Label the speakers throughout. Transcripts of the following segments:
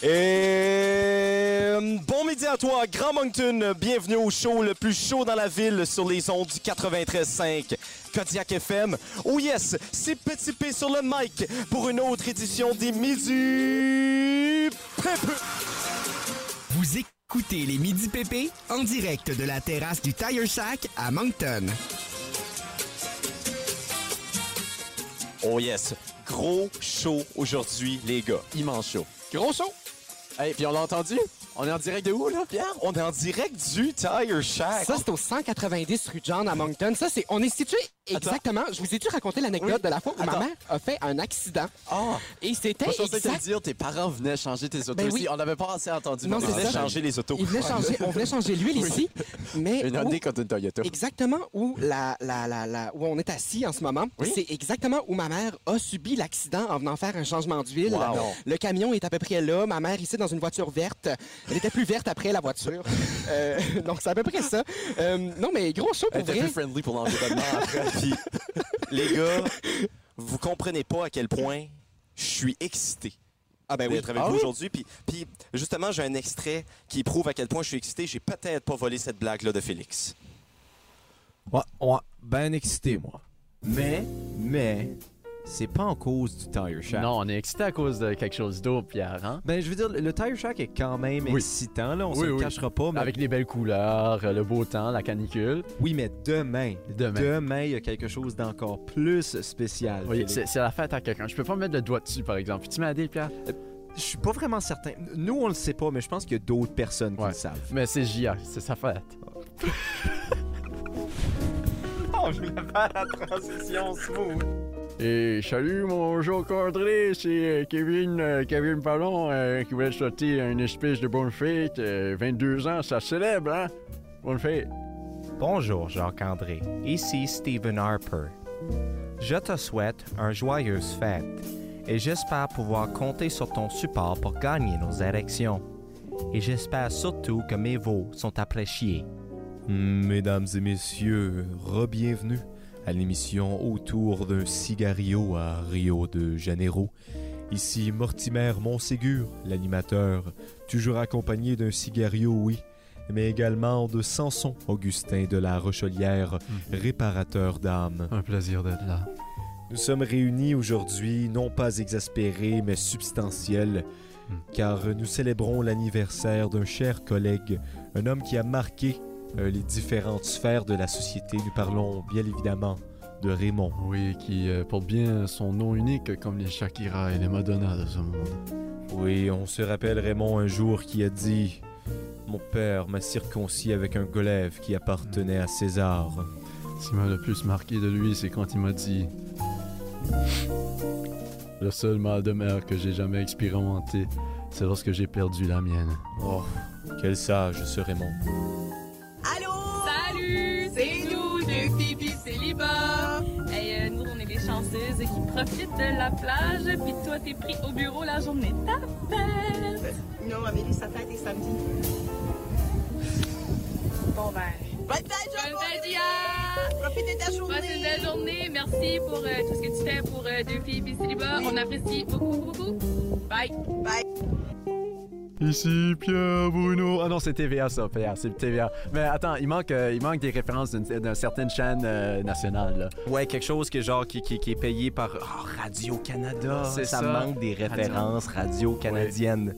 Speaker 1: Et hum, bon midi à toi, Grand Moncton. Bienvenue au show le plus chaud dans la ville sur les ondes du 93.5 Kodiak FM. Oh yes, c'est Petit P sur le mic pour une autre édition des Midi Pépé.
Speaker 2: Vous écoutez les Midi PP en direct de la terrasse du Tire Shack à Moncton.
Speaker 1: Oh yes, gros show aujourd'hui, les gars.
Speaker 3: Immense show. Gros show! Hey, puis on l'a entendu? On est en direct de où, là, Pierre?
Speaker 1: On est en direct du Tire
Speaker 3: Ah,
Speaker 1: Shack.
Speaker 4: Ça, c'est au 190 rue John à Moncton. Ça, c'est. On est situé exactement. Je vous ai-tu raconté l'anecdote
Speaker 3: Oui.
Speaker 4: de la fois où
Speaker 3: Attends.
Speaker 4: ma mère a fait un accident?
Speaker 3: Ah!
Speaker 4: Et c'était.
Speaker 3: Moi, je pensais que
Speaker 4: Ben, exact-
Speaker 3: te dire, tes parents venaient changer tes autos
Speaker 4: Ben oui.
Speaker 3: ici. On n'avait pas assez entendu.
Speaker 4: Non,
Speaker 3: parler
Speaker 1: on
Speaker 4: c'est
Speaker 3: de
Speaker 1: venait
Speaker 4: ça.
Speaker 1: changer les autos.
Speaker 4: Il venait changer, on venait changer l'huile ici, mais
Speaker 3: Une
Speaker 4: où-
Speaker 3: Hyundai contre une Toyota.
Speaker 4: exactement où la, la, la, la- où on est assis en ce moment,
Speaker 3: Oui.
Speaker 4: c'est exactement où ma mère a subi l'accident en venant faire un changement d'huile.
Speaker 3: Wow.
Speaker 4: Le camion est à peu près là, ma mère ici dans une voiture verte. Elle était plus verte après la voiture, Euh, donc c'est à peu près ça. Euh, non mais gros show
Speaker 3: Elle
Speaker 4: pour
Speaker 3: était
Speaker 4: vrai.
Speaker 3: plus friendly pour l'environnement après.
Speaker 1: Puis, les gars, vous comprenez pas à quel point je suis excité. Ah ben
Speaker 3: oui.
Speaker 1: D'être avec
Speaker 3: Ah
Speaker 1: vous
Speaker 3: oui?
Speaker 1: aujourd'hui. Puis, puis, justement, j'ai un extrait qui prouve à quel point je suis excité. J'ai peut-être pas volé cette blague-là de Félix.
Speaker 5: Ouais, ouais, ben excité, moi. Mais, mais, c'est pas en cause du Tire Shack.
Speaker 6: Non, on est excité à cause de quelque chose d'autre, Pierre. Hein?
Speaker 5: Ben, je veux dire, le le Tire Shack est quand même
Speaker 6: Oui.
Speaker 5: excitant, là, on
Speaker 6: Oui,
Speaker 5: se le
Speaker 6: oui.
Speaker 5: cachera pas.
Speaker 4: ben,
Speaker 5: Mais...
Speaker 6: Avec les belles couleurs, euh, le beau temps, la canicule.
Speaker 5: Oui, mais demain,
Speaker 6: Demain.
Speaker 5: demain, il y a quelque chose d'encore plus spécial.
Speaker 6: Oui,
Speaker 5: Félix.
Speaker 6: c'est c'est la fête à quelqu'un. Je peux pas mettre le doigt dessus, par exemple. Tu m'as dit, Pierre?
Speaker 5: Je suis pas vraiment certain. Nous, on le sait pas, mais je pense qu'il y a d'autres personnes qui
Speaker 6: Ouais.
Speaker 5: le savent.
Speaker 6: Mais c'est JA, c'est sa fête. Et salut mon Joe Cordray, c'est euh, Kevin, euh, Kevin Pallon euh, qui voulait te souhaiter une espèce de bonne fête. Euh, 22 ans, ça se célèbre, hein? Bonne fête.
Speaker 7: Bonjour Jacques-André, ici Stephen Harper. Je te souhaite un joyeuse fête et j'espère pouvoir compter sur ton support pour gagner nos élections. Et j'espère surtout que mes votes sont appréciés.
Speaker 8: Mesdames et messieurs, re-bienvenue à l'émission Autour d'un cigario à Rio de Janeiro. Ici Mortimer Monségur, l'animateur, toujours accompagné d'un cigario, oui, mais également de Samson Augustin de la Rochelière, réparateur d'âme.
Speaker 6: Un plaisir d'être là.
Speaker 8: Nous sommes réunis aujourd'hui, non pas exaspérés, mais substantiels,
Speaker 6: Mm.
Speaker 8: car nous célébrons l'anniversaire d'un cher collègue, un homme qui a marqué euh, les différentes sphères de la société. Nous parlons bien évidemment de Raymond.
Speaker 6: Oui, qui euh, porte bien son nom unique comme les Shakira et les Madonna de ce monde.
Speaker 8: Oui, on se rappelle Raymond un jour qui a dit Mon père m'a circoncis avec un glaive qui appartenait à César.
Speaker 6: Ce qui m'a le plus marqué de lui, c'est quand il m'a dit Le seul mal de mer que j'ai jamais expérimenté, c'est lorsque j'ai perdu la mienne.
Speaker 8: Oh, quel sage ce Raymond.
Speaker 9: Allô? Salut! C'est nous, deux filles célibats! Hey, euh, nous, on est des chanceuses qui profitent de la plage, puis toi, t'es pris au bureau la journée de ta fête! Non, Amélie, sa fête est samedi. Bon, ben. Bonne fête, Jean! Bonne fête, Gia! Profite de ta journée! Profite de ta journée! Merci pour euh, tout ce que tu fais pour euh, deux filles pis célibats. On apprécie beaucoup, beaucoup. Bye!
Speaker 6: Ici Pierre Bruno. Ah non, c'est TVA ça, Pierre, c'est TVA. Mais attends, il manque, euh, il manque des références d'une d'une certaine chaîne euh, nationale. là.
Speaker 7: Ouais, quelque chose que genre qui, qui- qui est payé par oh, Radio-Canada.
Speaker 6: C'est
Speaker 7: ça,
Speaker 6: ça.
Speaker 7: manque des références radio-canadiennes.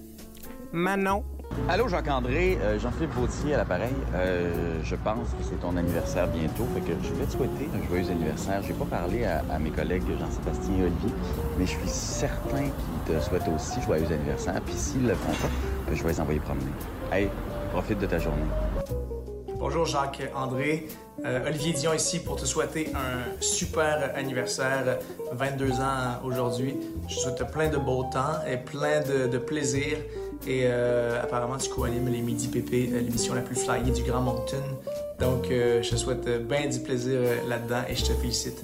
Speaker 7: Manon.
Speaker 10: Allô Jacques-André, Euh, Jean-Philippe Vautier à l'appareil. Euh, je pense que c'est ton anniversaire bientôt, fait que je vais te souhaiter un joyeux anniversaire. J'ai pas parlé à, à mes collègues Jean-Sébastien et Olivier, mais je suis certain qu'ils te souhaitent aussi joyeux anniversaire. Puis s'ils le font pas, ben, je vais les envoyer promener. Hey, profite de ta journée.
Speaker 11: Bonjour Jacques-André. Euh, Olivier Dion ici pour te souhaiter un super anniversaire. 22 ans aujourd'hui. Je te souhaite plein de beau temps et plein de, de plaisir. Et euh, apparemment, tu co-animes les Midi PP, euh, l'émission la plus flyée du Grand Moncton. Donc, euh, je te souhaite euh, bien du plaisir euh, là-dedans et je te félicite.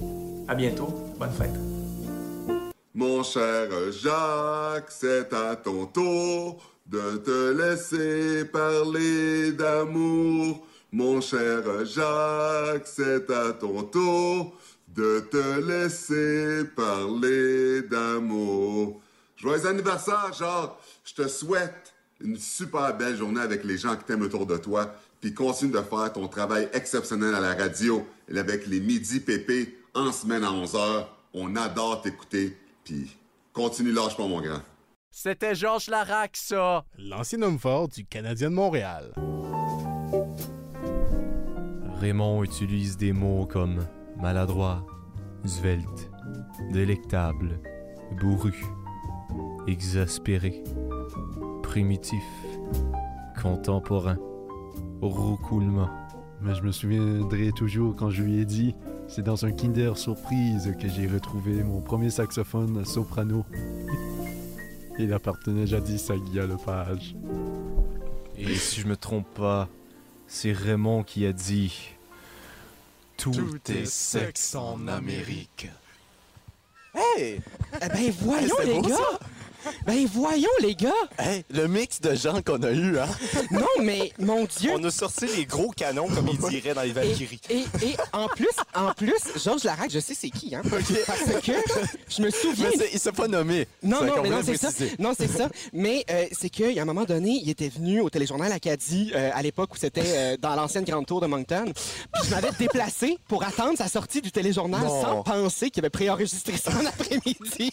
Speaker 11: À bientôt. Bonne fête.
Speaker 9: Mon cher Jacques, c'est à ton tour de te laisser parler d'amour.
Speaker 12: Mon cher Jacques, c'est à ton tour de te laisser parler d'amour. Joyeux anniversaire, Jacques. Je te souhaite une super belle journée avec les gens que t'aimes autour de toi. Puis continue de faire ton travail exceptionnel à la radio et avec les midis PP en semaine à 11h. On adore t'écouter. Puis continue, lâche pas, mon grand.
Speaker 13: C'était Georges Larac, ça! L'ancien homme fort du Canadien de Montréal.
Speaker 8: Raymond utilise des mots comme maladroit, svelte, délectable, bourru, exaspéré, primitif, contemporain, roucoulement.
Speaker 14: Mais je me souviendrai toujours quand je lui ai dit, c'est dans un Kinder Surprise que j'ai retrouvé mon premier saxophone soprano. Il appartenait jadis à Guy Lepage.
Speaker 8: Et si je me trompe pas, c'est Raymond qui a dit Tout, est sexe en Amérique.
Speaker 6: Hey!
Speaker 4: Eh ben voyons,
Speaker 6: C'était
Speaker 4: les
Speaker 6: beau,
Speaker 4: gars!
Speaker 6: ça.
Speaker 4: Ben voyons, les gars!
Speaker 6: Hey, le mix de gens qu'on a eu, hein?
Speaker 4: Non, mais mon Dieu!
Speaker 1: On a sorti les gros canons, comme il dirait dans les Valkyries.
Speaker 4: Et, et en plus, en plus, Georges Larac, je sais c'est qui, hein? Parce que je me souviens.
Speaker 6: Mais c'est- il s'est pas nommé.
Speaker 4: Non,
Speaker 6: Ça
Speaker 4: non,
Speaker 6: qu'on
Speaker 4: mais non,
Speaker 6: voulait
Speaker 4: c'est ça.
Speaker 6: préciser.
Speaker 4: Non, c'est ça. Mais euh, c'est qu'il y a un moment donné, il était venu au téléjournal Acadie euh, à l'époque où c'était euh, dans l'ancienne Grande Tour de Moncton. Puis je m'avais déplacé pour attendre sa sortie du téléjournal
Speaker 6: Non.
Speaker 4: sans penser qu'il avait préenregistré ça en après-midi.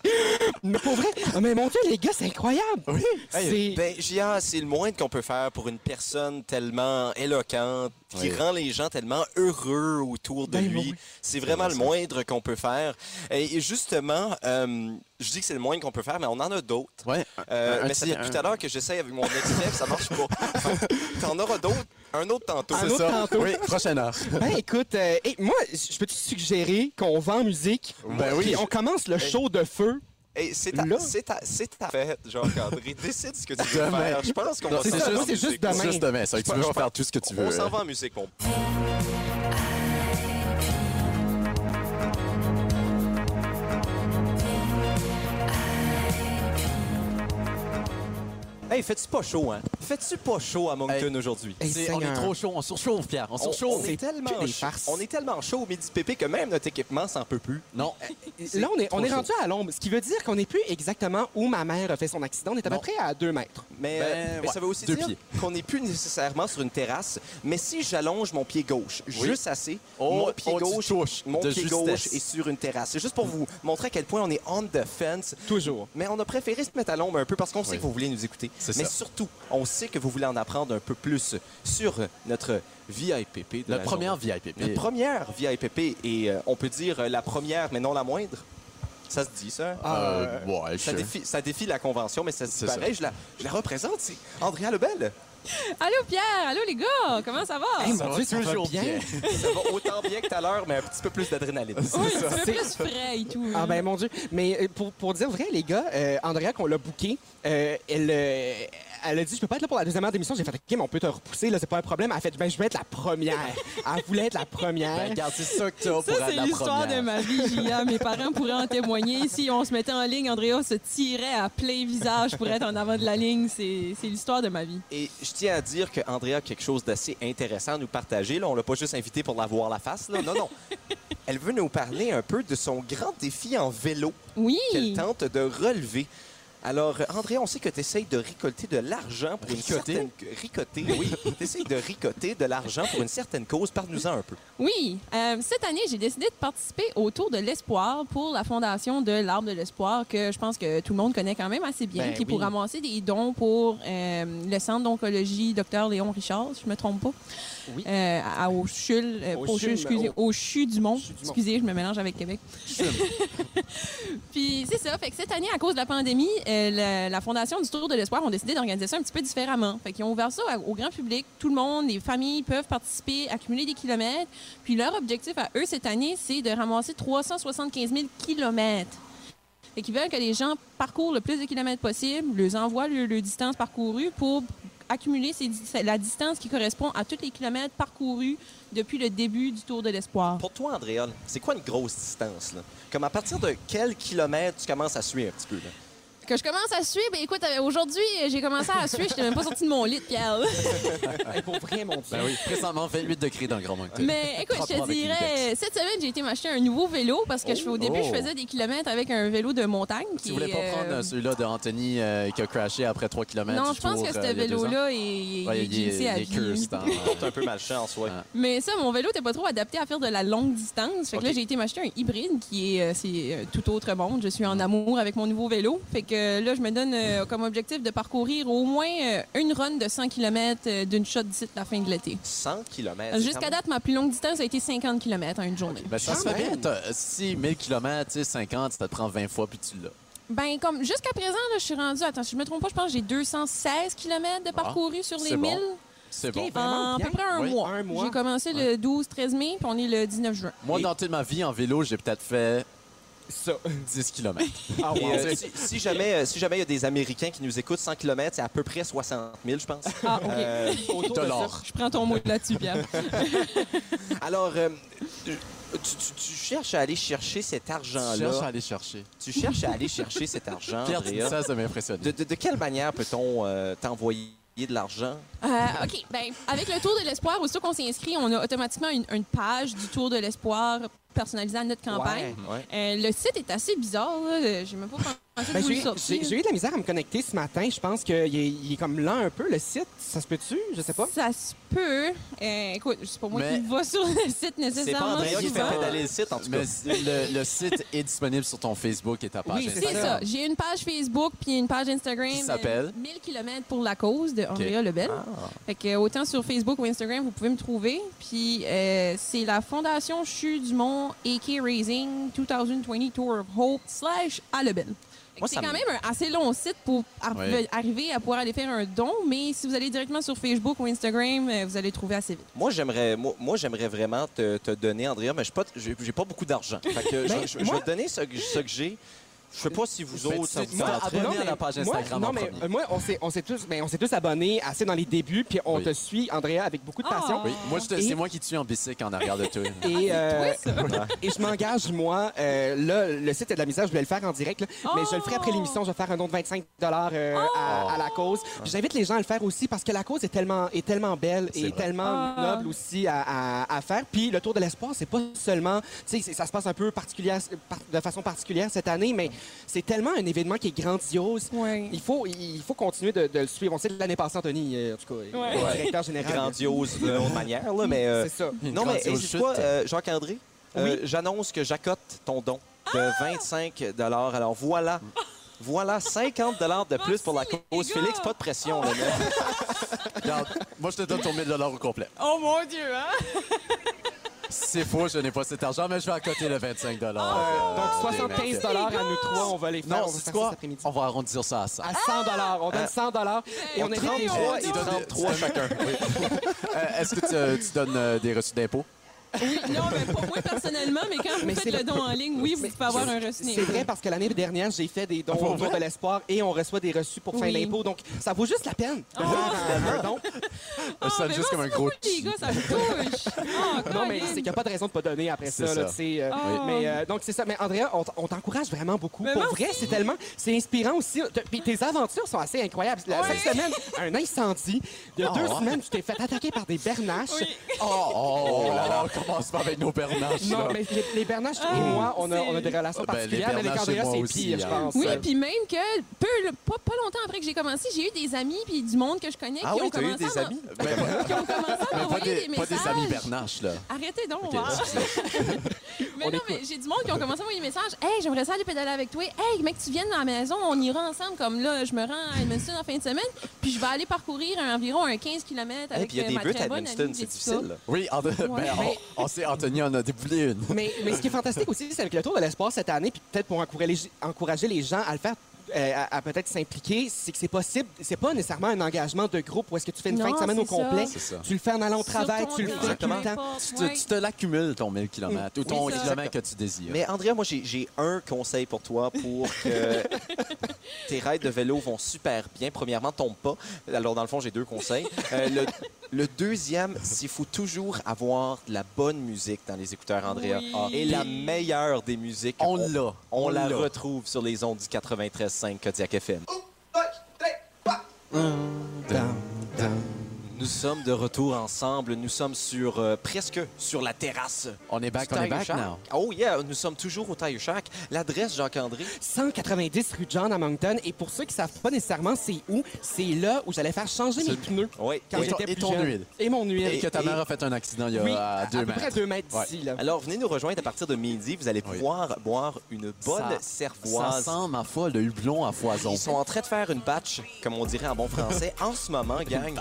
Speaker 4: mais pour vrai, ah, mais mon Dieu, les gars, c'est incroyable. Oui.
Speaker 1: Hey, ben, J.A., c'est le moindre qu'on peut faire pour une personne tellement éloquente, qui
Speaker 6: Oui.
Speaker 1: rend les gens tellement heureux autour de
Speaker 6: Ben
Speaker 1: lui.
Speaker 6: oui.
Speaker 1: C'est vraiment
Speaker 6: C'est
Speaker 1: le
Speaker 6: vrai, ça.
Speaker 1: moindre qu'on peut faire. Et et justement, euh, je dis que c'est le moindre qu'on peut faire, mais on en a d'autres. Euh,
Speaker 6: un- un
Speaker 1: mais c'est
Speaker 6: petit-
Speaker 1: tout à
Speaker 6: un-
Speaker 1: l'heure que j'essaye avec mon extrait, ça marche pas. Fait que T'en auras d'autres, un autre tantôt.
Speaker 4: Un autre tantôt.
Speaker 6: Oui, prochaine heure.
Speaker 4: Ben écoute, euh, hey, moi, je peux-tu suggérer qu'on va en musique?
Speaker 1: Ben oui.
Speaker 4: Puis on commence le show de feu.
Speaker 1: Hey, c'est ta,
Speaker 4: Là.
Speaker 1: c'est ta, c'est ta fête, Jean-André. Décide ce que tu veux
Speaker 6: Demain.
Speaker 1: faire. Je pense qu'on
Speaker 6: Non,
Speaker 1: va
Speaker 6: c'est
Speaker 1: s'en
Speaker 6: ça,
Speaker 1: aller
Speaker 6: moi,
Speaker 1: en
Speaker 6: c'est juste
Speaker 1: musique.
Speaker 6: demain. Juste demain, ça, tu
Speaker 1: Je
Speaker 6: veux
Speaker 1: pense-
Speaker 6: faire tout ce que tu veux, hein.
Speaker 1: On
Speaker 6: là.
Speaker 1: s'en va en musique, mon Hey, fais-tu pas chaud, hein? Fais-tu pas chaud à Moncton aujourd'hui?
Speaker 6: Hey, C'est- on Seigneur. est trop chaud, on surchauffe, Pierre, on surchauffe.
Speaker 1: On,
Speaker 6: C'est
Speaker 1: est tellement
Speaker 6: que des
Speaker 1: chaud-
Speaker 6: farces.
Speaker 1: on est tellement chaud au midi pépé que même notre équipement s'en peut plus.
Speaker 6: Non.
Speaker 4: Là, on est, on est rendu à l'ombre, ce qui veut dire qu'on n'est plus exactement où ma mère a fait son accident. On est à peu près à 2 mètres.
Speaker 1: Mais,
Speaker 6: Ben,
Speaker 1: euh, mais ça veut aussi dire qu'on n'est plus nécessairement sur une terrasse. Mais si j'allonge mon pied gauche
Speaker 6: Oui.
Speaker 1: juste assez,
Speaker 6: Oh,
Speaker 1: mon pied
Speaker 6: on dit
Speaker 1: gauche,
Speaker 6: touche
Speaker 1: mon
Speaker 6: de
Speaker 1: pied
Speaker 6: justesse.
Speaker 1: gauche est sur une terrasse. C'est juste pour vous montrer à quel point on est on the fence.
Speaker 4: Toujours.
Speaker 1: Mais on a préféré se mettre à l'ombre un peu parce qu'on sait
Speaker 6: Oui.
Speaker 1: que vous voulez nous écouter.
Speaker 6: C'est
Speaker 1: Mais
Speaker 6: ça.
Speaker 1: surtout, on sait que vous voulez en apprendre un peu plus sur notre VIPP. De
Speaker 6: La
Speaker 1: la
Speaker 6: première
Speaker 1: journée.
Speaker 6: VIPP.
Speaker 1: Notre première VIPP et euh, on peut dire euh, la première, mais non la moindre. Ça se dit, ça?
Speaker 6: Ah, Euh, ouais,
Speaker 1: ça,
Speaker 6: sure.
Speaker 1: défie, ça défie la convention, mais ça se
Speaker 6: C'est
Speaker 1: dit
Speaker 6: ça.
Speaker 1: pareil. Je la, je la représente, c'est Andrea Lebel.
Speaker 9: Allô Pierre, allô les gars, comment ça va?
Speaker 1: Ah,
Speaker 4: Eh,
Speaker 1: Ça va toujours ça va autant bien que tout à l'heure, mais un petit peu plus d'adrénaline.
Speaker 9: Oui, un petit peu plus frais et tout.
Speaker 4: Ah ben mon Dieu. Mais euh, pour, pour dire vrai, les gars, euh, Andrea, qu'on l'a booké, euh, elle, euh, elle a dit, je peux pas être là pour la deuxième heure d'émission. J'ai fait, OK, mais on peut te repousser, là, c'est pas un problème. Elle a fait, ben, je vais être la première. elle voulait être la première.
Speaker 6: Ben, regarde, c'est ça que tu
Speaker 9: Ça,
Speaker 6: as pour être
Speaker 9: c'est
Speaker 6: la
Speaker 9: l'histoire
Speaker 6: première.
Speaker 9: de ma vie, Gia. Mes parents pourraient en témoigner. Si on se mettait en ligne, Andrea se tirait à plein visage pour être en avant de la ligne. C'est c'est l'histoire de ma vie.
Speaker 1: Et je tiens à dire qu'Andrea a quelque chose d'assez intéressant à nous partager. Là, on l'a pas juste invité pour la voir la face. Là. Non, non. Elle veut nous parler un peu de son grand défi en vélo
Speaker 9: Oui.
Speaker 1: qu'elle tente de relever. Alors, Andrea, on sait que tu essayes de récolter de l'argent pour
Speaker 6: Ricoter?
Speaker 1: une certaine... Ricoter, oui. tu essayes de ricoter de l'argent pour une certaine cause. Parle-nous-en un peu.
Speaker 9: Oui. Euh, cette année, j'ai décidé de participer au Tour de l'Espoir pour la fondation de l'Arbre de l'Espoir, que je pense que tout le monde connaît quand même assez bien,
Speaker 15: Ben
Speaker 9: qui est pour
Speaker 15: oui.
Speaker 9: ramasser des dons pour euh, le centre d'oncologie Dr. Léon Richard, si je me trompe pas.
Speaker 15: Oui.
Speaker 9: Euh, à, au CHUL, euh,
Speaker 15: Au
Speaker 9: pas au CHUL,
Speaker 15: CHUL,
Speaker 9: excusez,
Speaker 15: au-
Speaker 9: au CHU du Mont.
Speaker 15: du Mont.
Speaker 9: Excusez, je me mélange avec Québec. Puis c'est ça. Fait que cette année, à cause de la pandémie, euh, la, la Fondation du Tour de l'Espoir ont décidé d'organiser ça un petit peu différemment. Fait qu'ils ont ouvert ça à- au grand public. Tout le monde, les familles peuvent participer, accumuler des kilomètres. Puis leur objectif à eux cette année, c'est de ramasser 375 000 kilomètres. Fait qu'ils veulent que les gens parcourent le plus de kilomètres possible, leur envoient le, le distance parcourue pour accumuler ces dis- la distance qui correspond à tous les kilomètres parcourus depuis le début du Tour de l'Espoir.
Speaker 1: Pour toi, Andréon, c'est quoi une grosse distance? Là? Comme à partir de quel kilomètre tu commences à suivre un petit peu? Là?
Speaker 9: que je commence à suivre. Ben, écoute, euh, aujourd'hui, j'ai commencé à suivre. Je n'étais même pas sortie de mon lit de Pierre.
Speaker 6: Hey, pour vrai, mon Dieu. Ben oui, présentement 28 degrés dans le Grand Moncton.
Speaker 9: Mais écoute, je
Speaker 6: Propre
Speaker 9: te
Speaker 6: avec
Speaker 9: dirais, cette semaine, j'ai été m'acheter un nouveau vélo parce que je, au début, je faisais des kilomètres avec un vélo de montagne.
Speaker 6: Oh. Tu voulais pas prendre
Speaker 9: euh,
Speaker 6: euh, celui-là de Anthony euh, qui a crashé après 3 km
Speaker 9: Non, je pense que
Speaker 6: euh,
Speaker 9: ce vélo-là, il- il- il est jinxé à vie.
Speaker 16: C'est un peu malchance, ouais.
Speaker 1: Ah.
Speaker 9: Mais ça, mon vélo n'était pas trop adapté à faire de la longue distance. Fait que là, j'ai été m'acheter un hybride qui est, euh, c'est, euh, tout autre monde. Je suis
Speaker 6: Mm.
Speaker 9: en amour avec mon nouveau vélo. Fait que euh, là, je me donne euh, comme objectif de parcourir au moins euh, une run de 100 km d'une shot d'ici la fin de l'été.
Speaker 16: 100 km.
Speaker 9: Jusqu'à date, ma plus longue distance a été 50 km en une journée.
Speaker 6: Ben, ça se
Speaker 9: Quand
Speaker 6: fait bien.
Speaker 9: même.
Speaker 6: t'as- Si 1000 km, 50, ça te prend 20 fois puis tu l'as.
Speaker 9: Ben, comme jusqu'à présent, là, je suis rendue. Attends, si je me trompe pas, je pense que j'ai 216 km de parcouru sur les
Speaker 6: Ah, c'est bon.
Speaker 9: 1000.
Speaker 6: C'est bon.
Speaker 9: En ben, à peu près un
Speaker 6: Oui.
Speaker 9: mois. J'ai commencé le 12-13 mai, puis on est le 19 juin.
Speaker 6: Moi, dans toute ma vie en vélo, j'ai peut-être fait 10 km.
Speaker 16: Et,
Speaker 1: Ah,
Speaker 16: euh, si, si jamais euh, si jamais il y a des Américains qui nous écoutent, 100 km, c'est à peu près 60 000, je pense.
Speaker 9: Ah, OK.
Speaker 16: Euh,
Speaker 9: Autour de ça, Je prends ton mot là-dessus, Pierre.
Speaker 16: Alors, euh, tu, tu- tu cherches à aller chercher cet argent-là.
Speaker 6: Tu cherches à aller chercher.
Speaker 16: Tu cherches à aller chercher cet argent,
Speaker 6: Pierre, tu dis
Speaker 16: Andrea.
Speaker 6: ça, ça m'impressionne.
Speaker 16: De, de- de quelle manière peut-on euh, t'envoyer de l'argent?
Speaker 9: Euh, OK. Ben, avec le Tour de l'Espoir, aussitôt qu'on s'est inscrit, on a automatiquement une, une page du Tour de l'Espoir personnalisée à notre campagne.
Speaker 16: Ouais.
Speaker 9: Euh, le site est assez bizarre. là. Euh, J'ai même pas pensé
Speaker 4: Ben,
Speaker 9: de vous
Speaker 4: j'ai
Speaker 9: le sortir.
Speaker 4: j'ai- j'ai eu de la misère à me connecter ce matin. Je pense qu'il est, il est comme lent un peu, le site. Ça se peut-tu? Je sais pas.
Speaker 9: Ça se peut. Euh, écoute, c'est pas moi
Speaker 4: Mais-
Speaker 9: qui va sur le site nécessairement. souvent.
Speaker 16: le site, en tout
Speaker 6: cas. le, le site est disponible sur ton Facebook et ta page
Speaker 9: Oui, c'est ça.
Speaker 6: Instagram.
Speaker 9: J'ai une page Facebook puis une page Instagram.
Speaker 6: Qui s'appelle?
Speaker 9: euh, 1000 km pour la cause de Andrea Lebel. Fait que, euh, autant sur Facebook ou Instagram, vous pouvez me trouver. Puis euh, c'est la Fondation CHU du Mont AK Raising 2020 Tour of Hope slash à Lebel. Fait que
Speaker 17: Moi,
Speaker 9: C'est
Speaker 17: ça
Speaker 9: quand
Speaker 17: me-
Speaker 9: même un assez long site pour ar-
Speaker 16: Ouais.
Speaker 9: arriver à pouvoir aller faire un don, mais si vous allez directement sur Facebook ou Instagram, euh, vous allez trouver assez vite.
Speaker 16: Moi, j'aimerais moi, moi, j'aimerais vraiment te, te donner, Andrea, mais je pas, j'ai j'ai pas beaucoup d'argent. Fait que je-
Speaker 4: Ben,
Speaker 16: je, je
Speaker 4: moi-
Speaker 16: vais te donner ce, que- ce que j'ai. Je sais pas si vous
Speaker 4: Ben,
Speaker 16: autres,
Speaker 4: tu
Speaker 16: ça
Speaker 4: sais,
Speaker 16: vous
Speaker 4: moi,
Speaker 16: tenterait.
Speaker 4: abonné à la page Instagram en premier. Euh, Moi, on s'est- on s'est tous, mais on s'est tous abonnés assez dans les débuts, puis on te suit, Andrea, avec beaucoup de passion.
Speaker 16: euh,
Speaker 6: Oui, moi, je te-
Speaker 4: Et-
Speaker 6: c'est moi qui te suis en bicycle en arrière de Ah, toi.
Speaker 4: Et, euh, et je m'engage, moi, euh, là, le site est de la misère, je voulais le faire en direct, là, mais je le ferai après l'émission, je vais faire un don de 25 euh, à, à la cause. Puis J'invite les gens à le faire aussi parce que la cause est tellement, est tellement belle et tellement
Speaker 9: Ah.
Speaker 4: noble aussi à, à- à faire. Puis le Tour de l'espoir, c'est pas seulement, tu sais, c'est- ça se passe un peu particulière, par- de façon particulière cette année, mais c'est tellement un événement qui est grandiose. Il, faut, il faut continuer de, de le suivre. On sait de l'année passée, Anthony, euh, en tout cas,
Speaker 16: Ouais.
Speaker 4: le directeur
Speaker 9: Ah,
Speaker 4: général.
Speaker 16: Grandiose d'une autre manière, là, mais. euh,
Speaker 4: C'est ça.
Speaker 16: Non, mais
Speaker 4: Grandiose
Speaker 16: et c'est quoi,
Speaker 4: chute.
Speaker 16: euh, Jacques-André? Euh, J'annonce que j'accote ton don
Speaker 9: Ah!
Speaker 16: de 25 Alors voilà. Voilà, 50 de plus pour la cause. Félix, pas de pression. Là, mais-
Speaker 6: Regarde, moi, je te donne ton 1000 au complet.
Speaker 9: Oh mon Dieu, hein?
Speaker 6: C'est faux, je n'ai pas cet argent, mais je vais à côté le 25
Speaker 9: Ah!
Speaker 4: Euh, Donc 75 à nous trois, on va les faire.
Speaker 6: Euh, Non,
Speaker 4: on va
Speaker 6: c'est
Speaker 4: faire
Speaker 6: quoi?
Speaker 4: ça cet
Speaker 6: On va arrondir ça à 100.
Speaker 4: À 100 On donne
Speaker 6: Ah.
Speaker 4: 100 Et
Speaker 6: Au
Speaker 4: on invite les
Speaker 6: 33,
Speaker 4: gens.
Speaker 6: il donne 33 chacun. Euh, Est-ce que tu, euh, tu donnes euh, des reçus d'impôts?
Speaker 9: Oui, non, mais pas moi personnellement, mais quand vous
Speaker 4: Mais c'est
Speaker 9: faites le
Speaker 4: le-
Speaker 9: don en ligne, oui, vous pouvez avoir un reçu.
Speaker 4: C'est vrai parce que l'année dernière, j'ai fait des dons au Tour de l'espoir et on reçoit des reçus pour fin
Speaker 9: Oui.
Speaker 4: d'impôt. Donc, ça vaut juste la peine. Ah, de faire un- un don.
Speaker 9: Ah,
Speaker 6: ça sonne juste comme un gros...
Speaker 9: Les gars, ça me touche. Ah,
Speaker 4: Non, mais
Speaker 9: Colin.
Speaker 4: c'est qu'il n'y a pas de raison de ne pas donner après
Speaker 6: C'est
Speaker 4: ça. là,
Speaker 6: ça.
Speaker 4: tu sais, euh,
Speaker 9: Ah.
Speaker 4: mais, euh, donc, c'est ça. Mais Andrea, on, t- on t'encourage vraiment beaucoup.
Speaker 9: Mais
Speaker 4: Pour
Speaker 9: merci.
Speaker 4: vrai, c'est tellement... C'est inspirant aussi. T- Puis tes aventures sont assez incroyables. La,
Speaker 9: Oui.
Speaker 4: Cette semaine, un incendie. Il y a
Speaker 6: Ah.
Speaker 4: deux semaines, tu t'es fait attaquer par des bernaches.
Speaker 6: Oh, oh, oh là là, on commence pas avec nos bernaches. là.
Speaker 4: Non, mais les, les Bernaches
Speaker 6: Ah.
Speaker 4: et moi, on a, on a des relations
Speaker 6: Ben, les
Speaker 4: particulières, mais les
Speaker 6: Bernaches et
Speaker 4: Candéas,
Speaker 6: moi
Speaker 4: c'est
Speaker 6: aussi,
Speaker 4: pire, je
Speaker 6: hein.
Speaker 4: pense.
Speaker 9: Oui,
Speaker 6: Ouais.
Speaker 9: puis même que peu, pas, pas longtemps après que j'ai commencé, j'ai eu des amis puis du monde que je connais
Speaker 6: Ah
Speaker 9: qui, ont commencé à m'en-
Speaker 6: Ben,
Speaker 9: qui ont commencé à
Speaker 6: mais pas,
Speaker 9: m'envoyer des,
Speaker 6: des, pas
Speaker 9: messages.
Speaker 6: des amis bernaches, là.
Speaker 9: Arrêtez donc.
Speaker 6: Ok,
Speaker 9: hein. mais
Speaker 6: On
Speaker 9: non, mais j'ai du monde qui ont commencé à envoyer des messages. Hey, j'aimerais ça aller pédaler avec toi. Hey, mec, tu viennes dans la maison, on ira ensemble. Comme là, je me rends à Edmundston en fin de semaine, puis je vais aller parcourir un- environ un 15 km
Speaker 16: Et
Speaker 9: avec
Speaker 16: puis il y a
Speaker 9: euh,
Speaker 16: des
Speaker 9: ma
Speaker 16: buts
Speaker 9: très
Speaker 16: à
Speaker 9: bonne
Speaker 16: Edmundston,
Speaker 9: amie
Speaker 16: c'est
Speaker 9: Jessica.
Speaker 16: difficile.
Speaker 6: Oui, en- ben,
Speaker 9: Ouais.
Speaker 6: on- on, sait, Anthony en a déboulé une.
Speaker 4: Mais, mais ce qui est fantastique aussi, c'est avec le Tour de l'espoir cette année, puis peut-être pour encourager, encourager les gens à le faire, euh, à, à peut-être s'impliquer, c'est que c'est possible. C'est pas nécessairement un engagement de groupe où est-ce que tu fais une
Speaker 6: Non,
Speaker 4: fin de semaine au
Speaker 6: c'est ça.
Speaker 4: complet.
Speaker 6: C'est ça.
Speaker 4: Tu le fais en allant au
Speaker 6: Sur
Speaker 4: travail,
Speaker 6: ton
Speaker 4: tu le fais
Speaker 6: temps,
Speaker 4: tout le
Speaker 6: Exactement.
Speaker 4: temps.
Speaker 16: Tu
Speaker 6: Tu te, tu te l'accumules, ton 1000 km, ou
Speaker 16: Oui,
Speaker 6: ton
Speaker 16: c'est ça.
Speaker 6: kilomètre que tu désires.
Speaker 16: Mais Andrea, moi, j'ai- j'ai un conseil pour toi pour que
Speaker 1: Tes rides de vélo vont super bien. Premièrement, tombe pas. Alors, dans le fond, j'ai deux conseils. Euh, le, le deuxième, c'est faut toujours avoir de la bonne musique dans les écouteurs, Andrea.
Speaker 6: Oui.
Speaker 1: Et la meilleure des musiques, on, l'a. On,
Speaker 6: On
Speaker 1: la
Speaker 6: l'a.
Speaker 1: retrouve sur les ondes du 93.5 Kodiak FM. Nous sommes de retour ensemble. Nous sommes sur euh, presque sur la terrasse. On est
Speaker 6: back, on est back now.
Speaker 1: Oh yeah, nous sommes toujours au Tire Shack. L'adresse Jacques-André.
Speaker 4: 190 rue John à Moncton. Et pour ceux qui savent pas nécessairement c'est où, c'est là où j'allais faire changer mes pneus
Speaker 1: Oui.
Speaker 4: quand j'étais plus jeune. Et mon huile.
Speaker 6: Et que ta mère a fait un accident il y a
Speaker 4: Oui,
Speaker 6: euh,
Speaker 4: à-
Speaker 6: deux
Speaker 4: à peu
Speaker 6: mètres.
Speaker 4: près deux mètres d'ici, là.
Speaker 1: Alors, venez nous rejoindre à partir de midi. Vous allez pouvoir boire une bonne
Speaker 6: Ça-
Speaker 1: cervoise.
Speaker 6: ça sent ma folle de houblon à foison.
Speaker 1: Ils sont en train de faire une batch, comme on dirait en bon français, en ce moment, gang.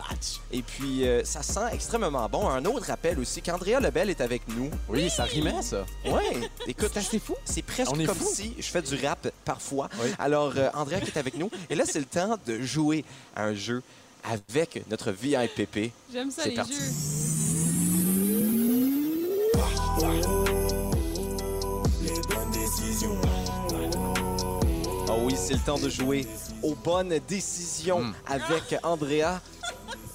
Speaker 1: Et puis, euh, ça sent extrêmement bon. Un autre rappel aussi, qu'Andrea Lebel est avec nous.
Speaker 6: Oui, ça rimait, ça.
Speaker 1: Oui, écoute. C'est
Speaker 4: fou.
Speaker 1: C'est presque
Speaker 6: On est
Speaker 1: comme
Speaker 6: fou.
Speaker 1: si je fais du rap parfois. Alors, euh, Andrea qui est avec nous. Et là, c'est le temps de jouer à un jeu avec notre VIPP.
Speaker 12: J'aime ça,
Speaker 1: C'est
Speaker 12: les
Speaker 1: parti.
Speaker 12: jeux.
Speaker 1: Ah oui, c'est le temps de jouer aux bonnes décisions avec Andrea.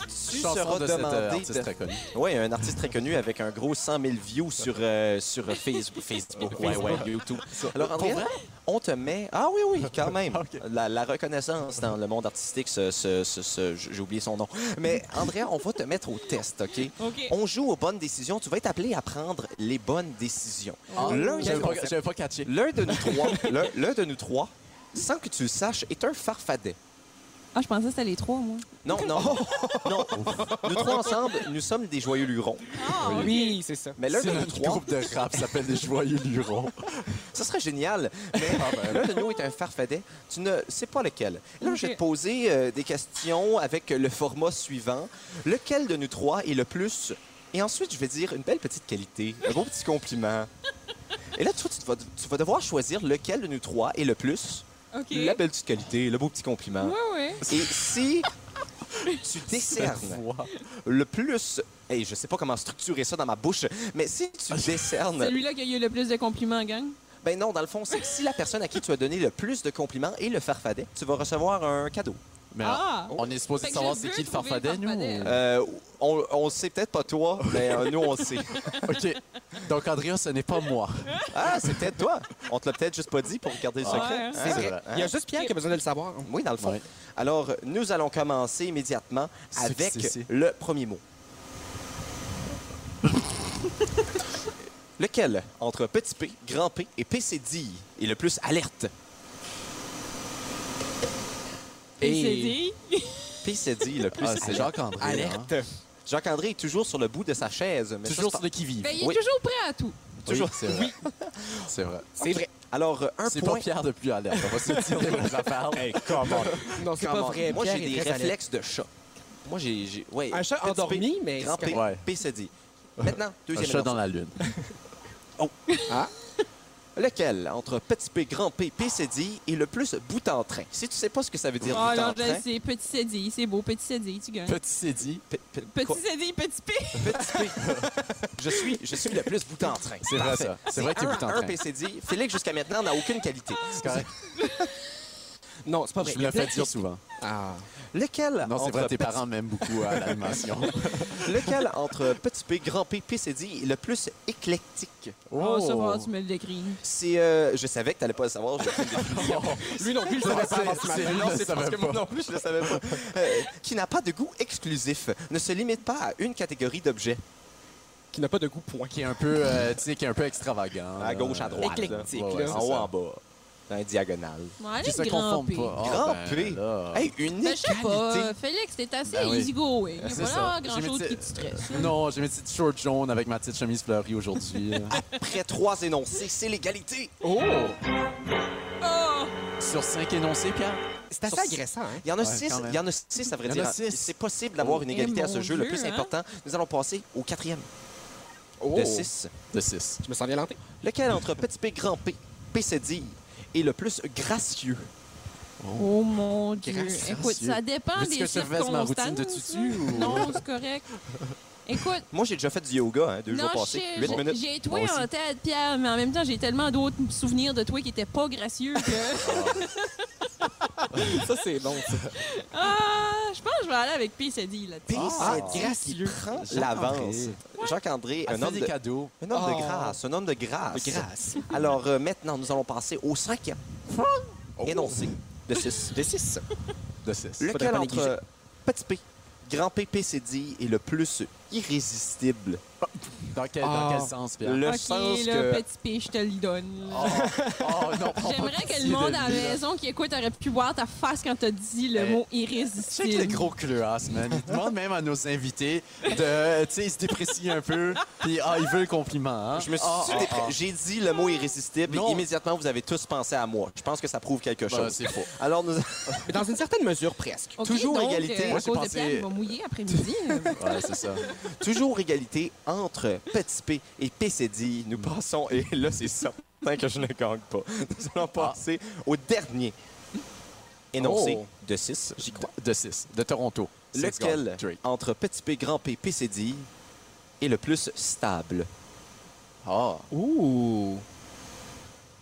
Speaker 1: Tu
Speaker 6: Hmm. Chanson
Speaker 1: seras
Speaker 6: de cet,
Speaker 1: demandé.
Speaker 6: euh, artiste très connu.
Speaker 1: Oui, un artiste très connu avec un gros 100 000 views sur, euh, sur Facebook. Facebook, ouais, ouais,
Speaker 6: Facebook.
Speaker 1: YouTube.
Speaker 6: Ça,
Speaker 1: Alors,
Speaker 6: pour
Speaker 1: Andrea,
Speaker 6: vrai?
Speaker 1: on te met. Ah oui, oui, quand même. la, la reconnaissance dans le monde artistique, ce- ce- ce- ce- j'ai oublié son nom. Mais, Andrea, on va te mettre au test, OK?
Speaker 6: OK.
Speaker 1: On joue aux bonnes décisions. Tu vas être appelé à prendre les bonnes décisions.
Speaker 6: Ah,
Speaker 1: L'un des
Speaker 6: j'avais pas-
Speaker 1: concepts-
Speaker 6: j'avais pas catché.
Speaker 1: L'un de nous trois, l'un- l'un de nous trois, sans que tu le saches, est un farfadet.
Speaker 9: Ah, je pensais que c'était les trois, moi.
Speaker 1: Non, non, non. Nous trois ensemble, nous sommes des joyeux lurons.
Speaker 6: Ah,
Speaker 4: Oui, c'est ça.
Speaker 1: Mais l'un
Speaker 4: C'est
Speaker 1: de nous
Speaker 4: notre
Speaker 1: trois...
Speaker 4: groupe
Speaker 1: de rap s'appelle des joyeux lurons. Ah, ben. Ça serait génial, mais l'un de nous est un farfadet. Tu ne sais pas lequel. Là, je vais te poser euh, des questions avec le format suivant. Lequel de nous trois est le plus... Et ensuite, je vais dire une belle petite qualité, un beau petit compliment. Et là, toi, tu vas, tu vas devoir choisir lequel de nous trois est le plus...
Speaker 12: OK.
Speaker 1: La belle petite qualité, le beau petit compliment.
Speaker 12: ouais.
Speaker 1: Et si tu décernes le plus... Hey, je sais pas comment structurer ça dans ma bouche, mais si
Speaker 6: Ah,
Speaker 1: tu décernes...
Speaker 9: Celui-là qui a eu le plus de compliments, gang.
Speaker 1: Ben non, dans le fond, c'est que si la personne à qui tu as donné le plus de compliments est le farfadet, tu vas recevoir un cadeau.
Speaker 6: Mais
Speaker 9: Ah!
Speaker 6: on est supposé
Speaker 9: Fait que
Speaker 6: savoir
Speaker 9: je
Speaker 6: c'est
Speaker 9: veux
Speaker 6: qui le
Speaker 9: trouver le
Speaker 6: farfadet, nous?
Speaker 9: farfadet.
Speaker 6: ou-
Speaker 1: Euh, on, on sait peut-être pas toi, mais euh, nous, on sait.
Speaker 6: OK. Donc, Andrea, ce n'est pas moi.
Speaker 1: Ah, c'est peut-être toi. On te l'a peut-être juste pas dit pour garder le
Speaker 6: Ouais,
Speaker 1: secret.
Speaker 6: hein. C'est vrai. Il y a juste
Speaker 1: Pierre qui a besoin de le savoir. Oui, dans le fond. Alors, nous allons commencer immédiatement
Speaker 6: C'est
Speaker 1: avec
Speaker 6: c'est- c'est.
Speaker 1: le premier mot. Lequel, entre petit P, grand P et PCD, est le plus alerte?
Speaker 12: Et c'est dit.
Speaker 1: PCD, le plus
Speaker 6: Ah, c'est
Speaker 1: alerte.
Speaker 6: Jacques-André, hein?
Speaker 1: Alerte. Jacques-André est toujours sur le bout de sa chaise. Mais
Speaker 6: Toujours
Speaker 1: ça,
Speaker 6: sur le qui-vive.
Speaker 9: Ben, il est
Speaker 1: Oui.
Speaker 9: toujours prêt à tout.
Speaker 1: Toujours.
Speaker 6: c'est vrai. C'est vrai.
Speaker 1: C'est vrai. Alors, euh, un
Speaker 6: C'est
Speaker 1: point.
Speaker 6: pas Pierre de plus alerte. On va se dire des vraies affaires.
Speaker 1: Hey, come on.
Speaker 6: Non, c'est
Speaker 1: Come
Speaker 6: pas
Speaker 1: on.
Speaker 6: vrai.
Speaker 1: Moi,
Speaker 6: Pierre
Speaker 1: j'ai
Speaker 6: est
Speaker 1: des
Speaker 6: très
Speaker 1: réflexes de chat. Moi, j'ai. j'ai- ouais,
Speaker 4: Un chat
Speaker 1: petit P,
Speaker 4: endormi, mais
Speaker 1: Grand
Speaker 4: c'est
Speaker 1: P,
Speaker 4: correct.
Speaker 1: PCD. Maintenant, deuxième
Speaker 6: Un chat dans
Speaker 1: exercice.
Speaker 6: la lune.
Speaker 1: Oh. Lequel, entre petit P, grand P, PCD, est le plus bout en train? Si tu sais pas ce que ça veut dire,
Speaker 9: Ah
Speaker 1: bout en
Speaker 9: non, je
Speaker 1: train.
Speaker 9: le sais. Petit Cédille, c'est beau. Petit Cédille, tu gagnes.
Speaker 1: Petit Cédille.
Speaker 9: Petit Cédille, petit P.
Speaker 1: Je suis, je suis le plus bout en train.
Speaker 6: C'est vrai,
Speaker 1: Parfait.
Speaker 6: ça. C'est vrai que t'es
Speaker 1: un
Speaker 6: bout en
Speaker 1: à un
Speaker 6: train.
Speaker 1: PCD. Félix, jusqu'à maintenant, n'a aucune qualité.
Speaker 6: C'est correct.
Speaker 1: Non, c'est pas
Speaker 6: Je me le fais dire souvent.
Speaker 1: Lequel
Speaker 6: Non, c'est
Speaker 1: entre
Speaker 6: vrai,
Speaker 1: petit-
Speaker 6: tes parents m'aiment beaucoup à l'animation.
Speaker 1: Lequel entre petit P, grand P, PCD est le plus éclectique?
Speaker 9: Oh, ça va, tu me le décris.
Speaker 1: C'est, euh, je savais que t'allais pas le savoir. j'ai aucune définition.
Speaker 4: Lui non plus, je le savais pas avant ce matin.
Speaker 1: Non, c'est parce que moi non plus, je le savais pas. Euh, qui n'a pas de goût exclusif, ne se limite pas à une catégorie d'objets.
Speaker 4: Qui n'a pas de goût, point.
Speaker 6: Qui est un peu, euh, tu sais, qui est un peu extravagant.
Speaker 1: À gauche, à droite.
Speaker 6: Euh, Éclectique,
Speaker 1: Ouais, ouais,
Speaker 6: là.
Speaker 1: en haut, en bas. Dans les diagonales.
Speaker 9: Bon, allez,
Speaker 6: Qui se
Speaker 9: grand
Speaker 6: conforme
Speaker 9: P.
Speaker 6: pas. Ah,
Speaker 1: Grand
Speaker 6: ben
Speaker 1: P.
Speaker 6: là.
Speaker 1: Ah. Hey, une
Speaker 9: Ben, je sais
Speaker 1: égalité.
Speaker 9: pas. Félix, t'es assez
Speaker 6: Ben oui.
Speaker 1: Euh,
Speaker 9: easygoing.
Speaker 6: C'est
Speaker 9: Voilà,
Speaker 6: ça.
Speaker 9: grand
Speaker 6: J'ai mes
Speaker 9: chose qui
Speaker 6: petits-
Speaker 9: te stresse.
Speaker 6: Non, j'ai mes petites shorts jaunes avec ma petite chemise fleurie aujourd'hui.
Speaker 1: Après trois énoncés, c'est l'égalité.
Speaker 6: oh!
Speaker 9: Oh!
Speaker 6: Sur cinq énoncés, Pierre?
Speaker 4: C'est assez
Speaker 1: Sur-
Speaker 4: agressant, hein?
Speaker 1: Il y en a
Speaker 6: Ouais,
Speaker 1: six,
Speaker 6: quand même.
Speaker 1: il y en a six, à vrai
Speaker 6: Il y en
Speaker 1: dire.
Speaker 6: a six.
Speaker 1: C'est possible d'avoir
Speaker 9: Oh,
Speaker 1: une
Speaker 6: Eh,
Speaker 1: égalité à ce
Speaker 6: mon
Speaker 1: jeu. le
Speaker 6: Dieu,
Speaker 1: plus
Speaker 6: hein?
Speaker 1: important, nous allons passer au quatrième.
Speaker 4: Oh.
Speaker 1: De six.
Speaker 6: De six.
Speaker 4: Je me sens bien lenté.
Speaker 1: Lequel entre petit P, grand P, PCD est le plus gracieux?
Speaker 9: Oh mon Dieu.
Speaker 1: Gracieux.
Speaker 9: Écoute, ça dépend
Speaker 1: Veux-tu
Speaker 9: des
Speaker 1: que je te fasse
Speaker 9: circonstances.
Speaker 1: ma routine de tutu ou-
Speaker 9: Non, c'est correct. Écoute,
Speaker 1: Moi, j'ai déjà fait du yoga hein, deux
Speaker 9: non,
Speaker 1: jours
Speaker 9: je
Speaker 1: passés.
Speaker 9: sais,
Speaker 1: Huit
Speaker 9: j'ai-
Speaker 1: minutes.
Speaker 9: J'ai toi
Speaker 1: Moi aussi.
Speaker 9: en tête, Pierre, mais en même temps, j'ai tellement d'autres souvenirs de toi qui étaient pas gracieux que.
Speaker 4: ça, c'est bon, ça.
Speaker 9: Ah, je pense que je vais aller avec Peace et D là-dessus.
Speaker 4: Ah, gracieux.
Speaker 1: l'avance. Jacques-André,
Speaker 6: Elle
Speaker 1: un
Speaker 6: fait
Speaker 1: homme
Speaker 6: des
Speaker 1: de
Speaker 6: cadeaux.
Speaker 1: Un homme
Speaker 6: Oh.
Speaker 1: de grâce, un homme de grâce.
Speaker 6: Ah, De grâce.
Speaker 1: Alors euh, maintenant, nous allons passer au cinquième. Énoncé de 6. De 6.
Speaker 6: De 6.
Speaker 1: Oh. Lequel entre euh, petit P, grand P, PCD est le plus irrésistible?
Speaker 6: Dans quel, dans quel sens, Pierre?
Speaker 1: Le
Speaker 9: ok,
Speaker 1: sens Ah.
Speaker 9: là,
Speaker 1: que...
Speaker 9: petit P, je te le donne.
Speaker 6: Ah,
Speaker 9: là.
Speaker 6: oh,
Speaker 9: J'aimerais que
Speaker 6: pitié
Speaker 9: le monde
Speaker 6: de
Speaker 9: à la
Speaker 6: lui, là.
Speaker 9: maison qui écoute aurait pu voir ta face quand t'as dit le
Speaker 6: Hey,
Speaker 9: mot
Speaker 6: Check le
Speaker 9: irrésistible.
Speaker 6: gros cleuasse, man. Il demande même à nos invités de. Tu sais, il se déprécie un peu. Puis, ah, il veut le compliment. hein.
Speaker 1: Je me suis
Speaker 6: Ah, ah,
Speaker 1: dépre-
Speaker 6: ah.
Speaker 1: J'ai dit le mot irrésistible
Speaker 6: Non.
Speaker 1: et immédiatement vous avez tous pensé à moi. Je pense que ça prouve quelque
Speaker 6: Ben,
Speaker 1: chose.
Speaker 6: c'est faux.
Speaker 1: Alors nous
Speaker 4: dans une certaine mesure presque.
Speaker 9: Ok,
Speaker 1: toujours
Speaker 9: donc,
Speaker 1: égalité.
Speaker 9: euh, à cause de Pierre, il va mouiller après-midi. Euh,
Speaker 1: Ouais, c'est ça. Toujours égalité entre Petit P et PCD. Nous passons, et là, c'est certain que je ne gagne pas. Nous allons passer au dernier énoncé
Speaker 6: Ah. Oh.
Speaker 1: de 6.
Speaker 6: J'y crois. De 6. De Toronto. Six
Speaker 1: Lequel,
Speaker 6: gars. Drake.
Speaker 1: entre Petit P, Grand P, PCD, est le plus stable? Ah. Ouh.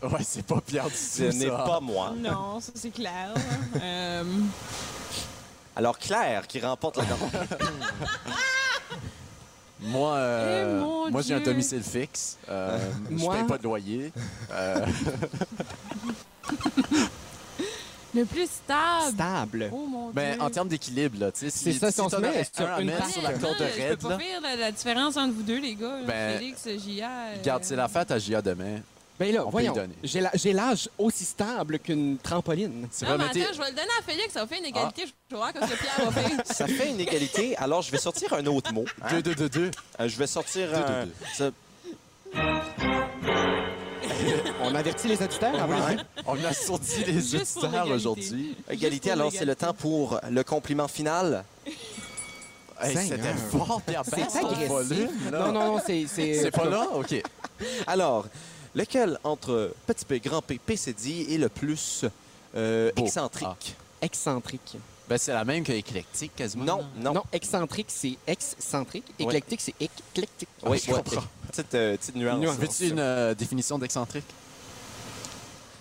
Speaker 6: Ouais, c'est pas Pierre
Speaker 1: Ce
Speaker 6: Duceppe,
Speaker 1: n'est
Speaker 6: ça.
Speaker 1: pas moi.
Speaker 9: Non, ça c'est clair. Euh,
Speaker 1: Alors, Claire qui remporte la gamme.
Speaker 6: Moi, euh,
Speaker 9: Eh, mon
Speaker 6: moi j'ai un
Speaker 9: Dieu.
Speaker 6: domicile fixe. Euh, je
Speaker 9: Moi?
Speaker 6: paye pas de loyer. Euh,
Speaker 9: le plus stable.
Speaker 4: Stable.
Speaker 9: Oh mon dieu.
Speaker 6: mais en termes d'équilibre, là, tu sais,
Speaker 4: C'est ça, si on
Speaker 6: t'en
Speaker 4: se met
Speaker 6: aurais
Speaker 4: sur
Speaker 6: un à
Speaker 4: une
Speaker 6: mettre
Speaker 4: patte.
Speaker 6: sur la
Speaker 9: Honnêtement,
Speaker 6: corde de
Speaker 9: Je peux
Speaker 6: raide,
Speaker 9: pas
Speaker 6: là.
Speaker 9: faire la, la différence entre vous deux, les gars. là.
Speaker 6: Ben,
Speaker 9: Félix, J.A. euh,
Speaker 6: Garde, c'est la fête à J.A. demain.
Speaker 4: Ben là,
Speaker 6: On peut
Speaker 4: voyons,
Speaker 6: y donner.
Speaker 4: j'ai la- j'ai l'âge aussi stable qu'une trampoline.
Speaker 9: Non, mais attends, je vais le donner à Félix. Ça va faire une égalité. Je vais voir comme ce Pierre va faire.
Speaker 1: Ça fait une égalité, alors je vais sortir un autre mot. hein.
Speaker 6: Deux, deux, deux, deux.
Speaker 1: Euh, je vais sortir
Speaker 6: Deux, deux,
Speaker 1: un-
Speaker 6: deux.
Speaker 1: ça-
Speaker 4: On avertit les auditeurs avant.
Speaker 1: Oui.
Speaker 4: hein?
Speaker 6: On a sorti les
Speaker 4: Juste pour
Speaker 6: auditeurs
Speaker 4: l'égalité.
Speaker 6: aujourd'hui.
Speaker 1: Égalité, alors c'est le temps pour le compliment final. hein?
Speaker 6: Hey, C'était fort, Pierre
Speaker 4: C'est
Speaker 6: baisse ton
Speaker 4: agressif.
Speaker 6: volume, là.
Speaker 4: Non, non, non, c'est- c'est-
Speaker 6: C'est pas là? OK.
Speaker 1: Alors, lequel entre petit P, grand P, PCD est le plus euh,
Speaker 6: Beau. Ah.
Speaker 1: excentrique?
Speaker 4: Excentrique.
Speaker 6: Ben, c'est la même que éclectique, quasiment.
Speaker 1: Non, non.
Speaker 4: Non, excentrique, c'est excentrique.
Speaker 1: Ouais.
Speaker 4: Éclectique, c'est éclectique.
Speaker 1: Oui,
Speaker 6: je
Speaker 1: ouais,
Speaker 6: comprends.
Speaker 1: Petite, euh, petite nuance.
Speaker 6: Nuance. Veux-tu une euh, définition d'excentrique?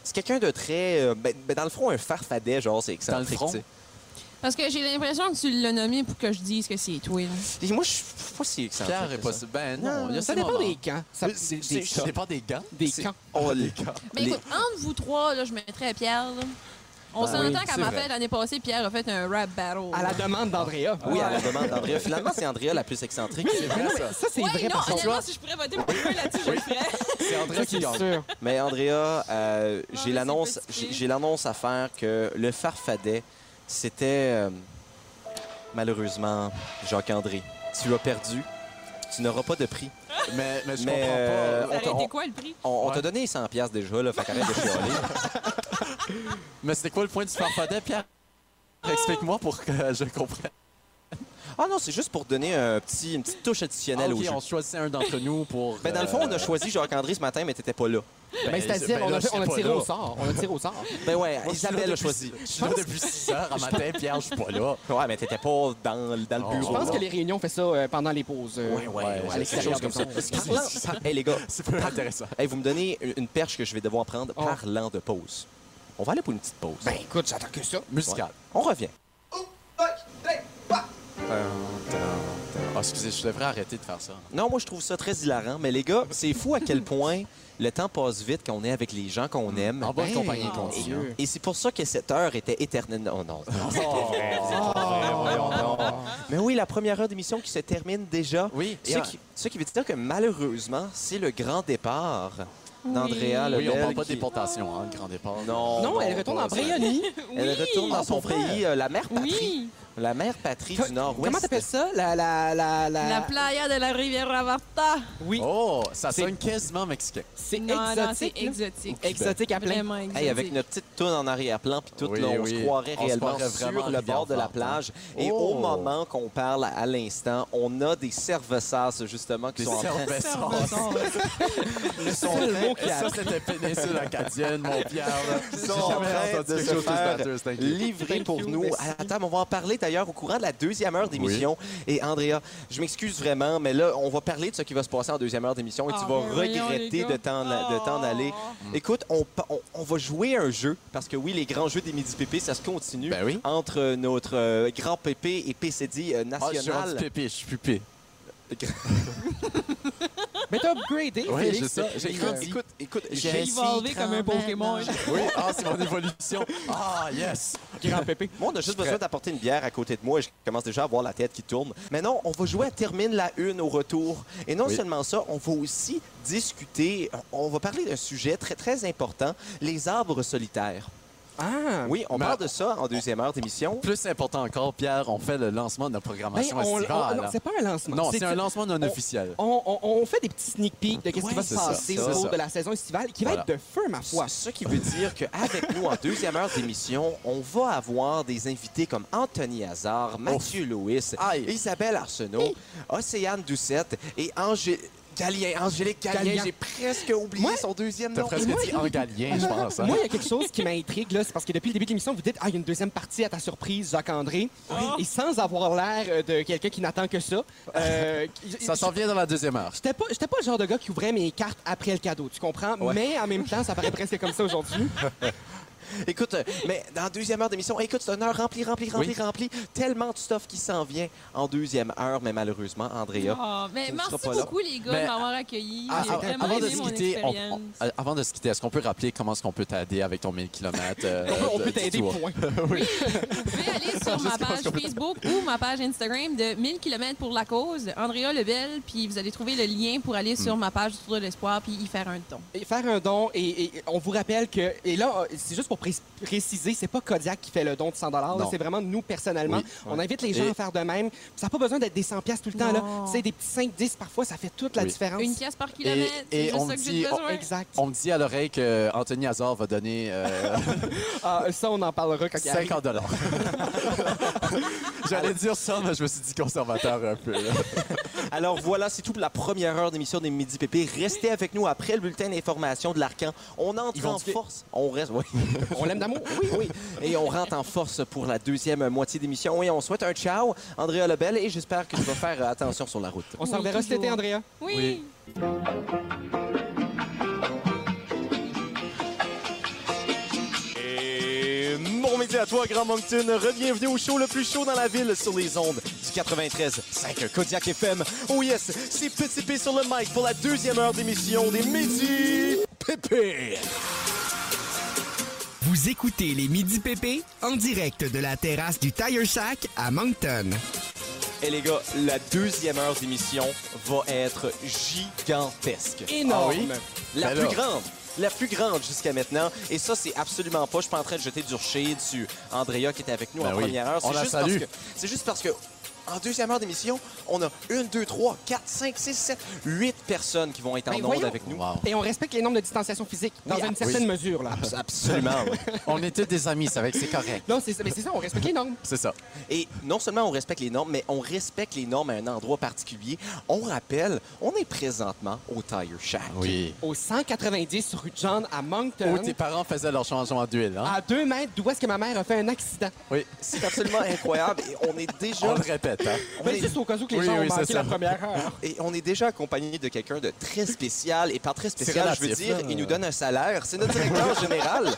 Speaker 1: C'est quelqu'un de très... euh, ben, ben, dans le front, un farfadet, genre, c'est
Speaker 6: Dans le
Speaker 1: excentrique.
Speaker 6: front?
Speaker 1: tu sais.
Speaker 9: Parce que j'ai l'impression que tu l'as nommé pour que je dise que c'est toi. là.
Speaker 1: Et moi, je suis pas si excentrique.
Speaker 6: Pierre est
Speaker 1: que
Speaker 6: pas...
Speaker 1: ça.
Speaker 6: Ben non, il y a
Speaker 4: ça
Speaker 6: ses
Speaker 4: dépend
Speaker 6: moments.
Speaker 4: des camps. Ça,
Speaker 6: Mais c'est-
Speaker 4: des
Speaker 6: c'est- Ça
Speaker 4: camps.
Speaker 6: dépend des gants?
Speaker 4: Des camps.
Speaker 1: Oh, les gars.
Speaker 9: Mais écoute, entre vous trois, là, je mettrais Pierre. là. On
Speaker 1: Ben oui,
Speaker 9: s'entend qu'à
Speaker 1: c'est
Speaker 9: ma
Speaker 1: vrai.
Speaker 9: fête l'année passée, Pierre a fait un rap battle.
Speaker 4: À la demande d'Andrea.
Speaker 1: Oui,
Speaker 6: Ah.
Speaker 1: à la demande d'Andrea. Finalement, c'est Andrea la plus excentrique.
Speaker 6: C'est vrai, ça.
Speaker 4: Ça, c'est
Speaker 9: Oui,
Speaker 4: vrai.
Speaker 9: non,
Speaker 4: parce que-
Speaker 9: honnêtement, si je pourrais voter pour toi là-dessus, je le ferais.
Speaker 6: C'est André
Speaker 4: Ça,
Speaker 6: qui
Speaker 4: c'est
Speaker 6: gagne.
Speaker 4: sûr.
Speaker 1: Mais Andrea, euh, j'ai
Speaker 9: mais
Speaker 1: l'annonce,
Speaker 9: c'est petit.
Speaker 1: j'ai j'ai l'annonce à faire que le farfadet, c'était euh, malheureusement Jacques André. Tu as perdu. Tu n'auras pas de prix.
Speaker 6: Mais, mais je
Speaker 1: Mais, euh,
Speaker 6: comprends
Speaker 9: Ça
Speaker 6: pas.
Speaker 1: on
Speaker 9: aurait
Speaker 1: t'a-
Speaker 9: été quoi le prix?
Speaker 1: On, on
Speaker 6: Ouais.
Speaker 1: t'a donné 100 pièces déjà, là, fait qu'arrête de chialer.
Speaker 6: Mais c'était quoi le point du farfadet, Pierre? Explique-moi pour que je comprenne.
Speaker 1: Ah non, c'est juste pour donner un petit, une petite touche
Speaker 6: Ah,
Speaker 1: additionnelle
Speaker 6: OK,
Speaker 1: au
Speaker 6: on
Speaker 1: jeu.
Speaker 6: choisissait un d'entre nous pour...
Speaker 1: Ben, dans le fond, on
Speaker 6: euh,
Speaker 1: a choisi Jacques André ce matin, mais t'étais pas là.
Speaker 4: Ben, C'est-à-dire,
Speaker 6: ben
Speaker 4: on,
Speaker 6: là,
Speaker 4: a, fait-
Speaker 6: je sais
Speaker 4: on a
Speaker 6: pas
Speaker 4: tiré
Speaker 6: là.
Speaker 4: au sort. On a tiré au sort.
Speaker 1: Ben ouais,
Speaker 6: Moi, je suis là
Speaker 1: Isabelle a
Speaker 6: depuis-
Speaker 1: choisi.
Speaker 6: Je suis là depuis 6 heures à matin, Pierre, je suis pas là.
Speaker 1: Ouais, mais t'étais pas dans, le- dans le
Speaker 6: Oh.
Speaker 1: bureau.
Speaker 4: Je pense que les réunions, on fait ça euh, pendant les pauses. euh,
Speaker 1: Ouais, ouais, ouais,
Speaker 4: à l'extérieur
Speaker 1: quelque chose
Speaker 4: comme
Speaker 1: comme
Speaker 4: ça.
Speaker 1: ça. Parlant- Hey, les gars,
Speaker 6: C'est pas intéressant.
Speaker 1: Hey, vous me donnez une- une perche que je vais devoir prendre
Speaker 4: Oh.
Speaker 1: parlant de pause. On va aller pour une petite pause.
Speaker 4: Ben écoute, j'attends que ça.
Speaker 6: Musical.
Speaker 1: On revient.
Speaker 6: Ah, excusez, je devrais arrêter de faire ça.
Speaker 1: Non, moi, je trouve ça très hilarant, mais les gars, c'est fou à quel point le temps passe vite quand on est avec les gens qu'on aime.
Speaker 6: Mm. En bonne
Speaker 4: Ben,
Speaker 6: compagnie,
Speaker 4: mon
Speaker 6: continue.
Speaker 4: Dieu.
Speaker 1: Et c'est pour ça que cette heure était éternelle. Oh non, non, c'est pas vrai. vous êtes pas vrai, voyons donc. Mais oui, la première heure d'émission qui se termine déjà.
Speaker 6: Oui,
Speaker 1: Ce qui, ce qui veut dire que malheureusement, c'est le grand départ d'Andrea
Speaker 6: Oui, on
Speaker 1: Lebel
Speaker 6: parle pas
Speaker 1: qui-
Speaker 6: de déportation, hein, le grand départ.
Speaker 1: Non,
Speaker 4: Non, elle
Speaker 1: non,
Speaker 4: retourne
Speaker 1: pas
Speaker 4: en
Speaker 1: ça.
Speaker 4: Briony.
Speaker 1: Elle
Speaker 9: Oui.
Speaker 1: retourne dans son pays, euh, la mère patrie.
Speaker 9: Oui.
Speaker 1: La mère patrie
Speaker 4: Co-
Speaker 1: du Nord-Ouest.
Speaker 4: Comment t'appelles ça? La, la, la, la...
Speaker 9: La playa de la Riviera Varta.
Speaker 4: Oui,
Speaker 6: Oh, ça
Speaker 4: C'est-
Speaker 6: sonne quasiment mexicain.
Speaker 4: c'est
Speaker 9: Non, non,
Speaker 4: exotique.
Speaker 9: c'est
Speaker 4: là.
Speaker 9: exotique.
Speaker 4: Exotique à plein.
Speaker 9: Vraiment
Speaker 1: Hey,
Speaker 9: exotique.
Speaker 1: avec notre petite toune en arrière-plan, puis tout,
Speaker 6: Oui,
Speaker 1: là, on
Speaker 6: oui.
Speaker 1: se croirait
Speaker 6: On se
Speaker 1: réellement
Speaker 6: croirait vraiment
Speaker 1: sur le bord de la
Speaker 6: arrière-plan, hein.
Speaker 1: plage. Et au
Speaker 6: Oh.
Speaker 1: moment qu'on parle à l'instant, on a des cervessasses, justement, qui
Speaker 6: Des
Speaker 1: sont en train
Speaker 6: cervessas.
Speaker 4: Le seul mot qu'il y a.
Speaker 6: Ça, c'était péninsule acadienne, mon Pierre. là.
Speaker 1: Ils sont en train de se faire
Speaker 6: thank you.
Speaker 1: livrer pour nous. À la table, on va en parler d'ailleurs au courant de la deuxième heure d'émission. Et Andrea, je m'excuse vraiment, mais là, on va parler de ce qui va se passer en deuxième heure d'émission et
Speaker 18: Ah,
Speaker 1: tu vas
Speaker 18: ben voyons, les
Speaker 1: regretter
Speaker 18: gars. Ah.
Speaker 1: de t'en de t'en aller.
Speaker 6: Mm.
Speaker 1: Écoute, on, pa- on- on va jouer à un jeu parce que oui, les grands jeux des midi pépé, ça se continue entre euh, notre euh, grand pépé et PCD euh,
Speaker 6: Ben Ah, je suis rendu
Speaker 1: national.
Speaker 6: pépé, je suis pupé.
Speaker 4: Mais t'as upgradé,
Speaker 6: Oui,
Speaker 1: Félix.
Speaker 6: je sais. J'ai
Speaker 1: Il-
Speaker 6: grandi.
Speaker 1: Écoute, écoute,
Speaker 6: J'ai
Speaker 1: j'ai
Speaker 9: évolué comme un Pokémon.
Speaker 6: Oui, ah, c'est mon évolution. Ah, yes!
Speaker 1: Grand pépé. Moi, on a juste besoin d'apporter une bière à côté de moi et je commence déjà à voir la tête qui tourne. Mais non, on va jouer à Termine la Une au retour. Et non
Speaker 6: Oui.
Speaker 1: seulement ça, on va aussi discuter, euh, on va parler d'un sujet très, très important, les arbres solitaires.
Speaker 4: Ah!
Speaker 1: Oui, on
Speaker 6: Mais-
Speaker 1: parle de ça en deuxième heure d'émission.
Speaker 6: Plus important encore, Pierre, on fait le lancement de notre programmation
Speaker 4: Ben, on-
Speaker 6: estivale.
Speaker 4: on- non, c'est pas un lancement.
Speaker 6: Non, c'est
Speaker 4: C'est-
Speaker 6: un lancement non
Speaker 4: on-
Speaker 6: officiel.
Speaker 4: On, on- on fait des petits sneak peeks de qu'est-ce qui
Speaker 6: Ouais,
Speaker 4: va se
Speaker 6: c'est ça,
Speaker 4: passer
Speaker 6: c'est
Speaker 4: au cours
Speaker 6: ça.
Speaker 4: de la saison estivale, qui va
Speaker 1: Voilà.
Speaker 4: être de feu, ma foi.
Speaker 1: Ce qui veut dire qu'avec nous, en deuxième heure d'émission, on va avoir des invités comme Anthony Hazard, Mathieu Lewis, Isabelle Arsenault, Océane Doucette et Angé- Gallien, Angélique Gallien.
Speaker 4: Gallien.
Speaker 1: J'ai presque oublié son deuxième nom.
Speaker 4: Et moi-
Speaker 1: hein.
Speaker 4: Moi, il y a quelque chose qui m'intrigue, là, c'est parce que depuis le début de l'émission, vous dites Ah, il y a une deuxième partie à ta surprise, Jacques-André. Et sans avoir l'air euh, de quelqu'un qui n'attend que ça. euh,
Speaker 6: Ça s'en vient dans la deuxième heure.
Speaker 4: J'étais pas, j'étais pas le genre de gars qui ouvrait mes cartes après le cadeau, tu comprends?
Speaker 1: Ouais.
Speaker 4: Mais en même temps, ça paraît presque comme ça aujourd'hui.
Speaker 1: Écoute, euh, mais dans la deuxième heure d'émission, écoute, c'est une heure remplie, remplie, remplie,
Speaker 4: Oui.
Speaker 1: remplie. Tellement de stuff qui s'en vient en deuxième heure, mais malheureusement, Andrea.
Speaker 9: Ah, mais
Speaker 1: tu ne
Speaker 9: merci
Speaker 1: seras pas là.
Speaker 9: beaucoup, les gars,
Speaker 6: Mais-
Speaker 9: de m'avoir accueilli.
Speaker 6: Ah,
Speaker 9: J'ai
Speaker 6: ah,
Speaker 9: vraiment
Speaker 6: avant, de
Speaker 9: aimé
Speaker 6: se
Speaker 9: mon
Speaker 6: quitter, on-
Speaker 9: expérience.
Speaker 6: on- euh, avant de se quitter, est-ce qu'on peut rappeler comment est-ce qu'on peut t'aider avec ton euh, 1000 km?
Speaker 4: On peut t'aider, point.
Speaker 6: oui.
Speaker 9: Allez sur ma page
Speaker 6: Juste parce qu'on peut-
Speaker 9: Facebook ou ma page Instagram de 1000 km pour la cause, Andrea Lebel, puis vous allez trouver le lien pour aller
Speaker 6: Hmm.
Speaker 9: sur ma page du Tour de l'Espoir puis y faire un don.
Speaker 4: Et faire un don, et, et on vous rappelle que. Et là, euh, c'est juste pour pré- préciser, c'est pas Kodiak qui fait le don de 100 là,
Speaker 6: Non.
Speaker 4: c'est vraiment nous personnellement.
Speaker 6: Oui.
Speaker 4: On invite les gens
Speaker 6: Et-
Speaker 4: à faire de même. Ça n'a pas besoin d'être des 100 pièces tout le temps. là.
Speaker 9: Non.
Speaker 4: C'est des petits 5, 10, parfois, ça fait toute la
Speaker 6: Oui.
Speaker 4: différence.
Speaker 9: Une hein. pièce par kilomètre, c'est juste
Speaker 6: on
Speaker 9: ça
Speaker 6: me
Speaker 9: que j'ai
Speaker 6: dit, oh, on,
Speaker 9: besoin.
Speaker 6: on me dit à l'oreille que euh, Anthony Hazard va donner euh,
Speaker 4: Ah, ça, on en parlera quand il arrive.
Speaker 6: 50 dollars. J'allais dire ça, mais je me suis dit conservateur un peu. là.
Speaker 1: Alors voilà, c'est tout pour la première heure d'émission des Midi Pépé. Restez avec nous après le bulletin d'information de l'Arcan. On
Speaker 4: Ils
Speaker 1: entre
Speaker 4: vont
Speaker 1: en
Speaker 4: te fi-
Speaker 1: force. On reste, oui.
Speaker 4: On l'aime d'amour.
Speaker 1: Oui, oui. Et on rentre en force pour la deuxième moitié d'émission. Et on souhaite un ciao, Andrea Lebel, et j'espère que tu vas faire euh, attention sur la route.
Speaker 4: On s'en reverra cet été, Andrea.
Speaker 9: Oui.
Speaker 1: Et bon midi à toi, Grand Moncton. Re-bienvenue au show le plus chaud dans la ville sur les ondes du 93 5 Kodiak FM. Oh yes, c'est Petit P sur le mic pour la deuxième heure d'émission des Midi Pépé.
Speaker 19: Vous écoutez les Midi PP en direct de la terrasse du Tire Shack à Moncton.
Speaker 1: Et les gars, la deuxième heure d'émission va être gigantesque.
Speaker 4: Énorme.
Speaker 1: Ah oui? La
Speaker 4: Ben
Speaker 1: plus
Speaker 4: là.
Speaker 1: grande. La plus grande jusqu'à maintenant. Et ça, c'est absolument pas. Je suis pas en train de jeter du shade sur Andrea qui était avec nous
Speaker 6: Ben
Speaker 1: en
Speaker 6: oui.
Speaker 1: première heure.
Speaker 6: On
Speaker 1: C'est
Speaker 6: la
Speaker 1: juste
Speaker 6: salue.
Speaker 1: parce que- C'est juste parce que. En deuxième heure d'émission, on a une, deux, trois, quatre, cinq, six, sept, huit personnes qui vont être en
Speaker 4: Ben
Speaker 1: onde
Speaker 4: voyons.
Speaker 1: avec nous.
Speaker 6: Ah.
Speaker 4: Et on respecte les normes de distanciation physique dans
Speaker 1: Oui,
Speaker 4: une
Speaker 1: ab-
Speaker 4: certaine
Speaker 1: oui.
Speaker 4: mesure. Là.
Speaker 1: Abs- absolument, oui.
Speaker 6: On est tous des amis, ça fait que c'est correct.
Speaker 4: Non, c'est ça, mais c'est ça, on respecte les normes.
Speaker 6: C'est ça.
Speaker 1: Et non seulement on respecte les normes, mais on respecte les normes à un endroit particulier. On rappelle, on est présentement au Tire Shack.
Speaker 6: Oui.
Speaker 4: Au 190 rue John à Moncton.
Speaker 6: Où tes parents faisaient leur changement d'huile, hein?
Speaker 4: À deux mètres d'où est-ce que ma mère a fait un accident.
Speaker 6: Oui.
Speaker 1: C'est absolument incroyable. Et on est déjà.
Speaker 6: On le répète, hein?
Speaker 4: Mais juste au cas où que les gens ont manqué la première heure.
Speaker 1: Et on est déjà accompagné de quelqu'un de très spécial. Et par très spécial, je veux
Speaker 6: relatif,
Speaker 1: dire,
Speaker 6: hein,
Speaker 1: il nous donne un salaire. C'est notre directeur général.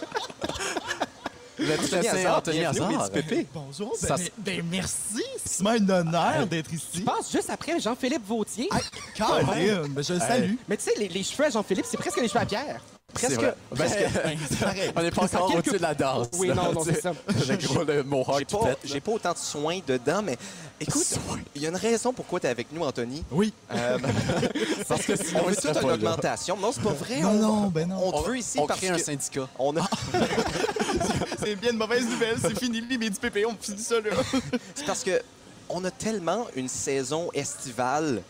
Speaker 6: Le
Speaker 1: Anthony
Speaker 6: très saint
Speaker 1: Hazard,
Speaker 6: Anthony
Speaker 1: bienvenue au
Speaker 6: Hazard.
Speaker 1: Midi Pépé.
Speaker 10: Bonjour, ben,
Speaker 6: Ça
Speaker 10: ben-
Speaker 6: se-
Speaker 10: ben, merci. C'est vraiment un honneur d'être
Speaker 4: Je
Speaker 10: ici.
Speaker 4: passe juste après Jean-Philippe Vautier.
Speaker 10: Caroline, ben, je le salue.
Speaker 4: Mais tu sais, les, les cheveux à Jean-Philippe, c'est presque les cheveux à Pierre.
Speaker 6: C'est vrai. Ben, on n'est pas encore au-dessus de la danse.
Speaker 4: Oui,
Speaker 6: là,
Speaker 4: non, non,
Speaker 6: tu sais.
Speaker 4: c'est ça.
Speaker 6: Le gros le mohawk
Speaker 1: J'ai
Speaker 6: Ah, tout
Speaker 1: pas,
Speaker 6: pète, là.
Speaker 1: j'ai pas autant de soins dedans, mais écoute, il y a une raison pourquoi tu es avec nous, Anthony.
Speaker 10: Oui.
Speaker 1: parce que
Speaker 6: sinon,
Speaker 1: on
Speaker 6: il
Speaker 1: veut
Speaker 6: serait
Speaker 1: toute
Speaker 6: pas
Speaker 1: une
Speaker 6: là.
Speaker 1: augmentation. Non, c'est pas vrai.
Speaker 4: Ah
Speaker 10: Non,
Speaker 1: on,
Speaker 10: non, ben non.
Speaker 1: On te
Speaker 10: On-
Speaker 1: veut ici
Speaker 10: on
Speaker 1: parce
Speaker 10: crée
Speaker 1: que...
Speaker 10: un
Speaker 6: syndicat.
Speaker 1: On a...
Speaker 10: C'est bien une mauvaise nouvelle, c'est fini, les du pépé, on finit ça là.
Speaker 1: C'est parce que on a tellement une saison estivale,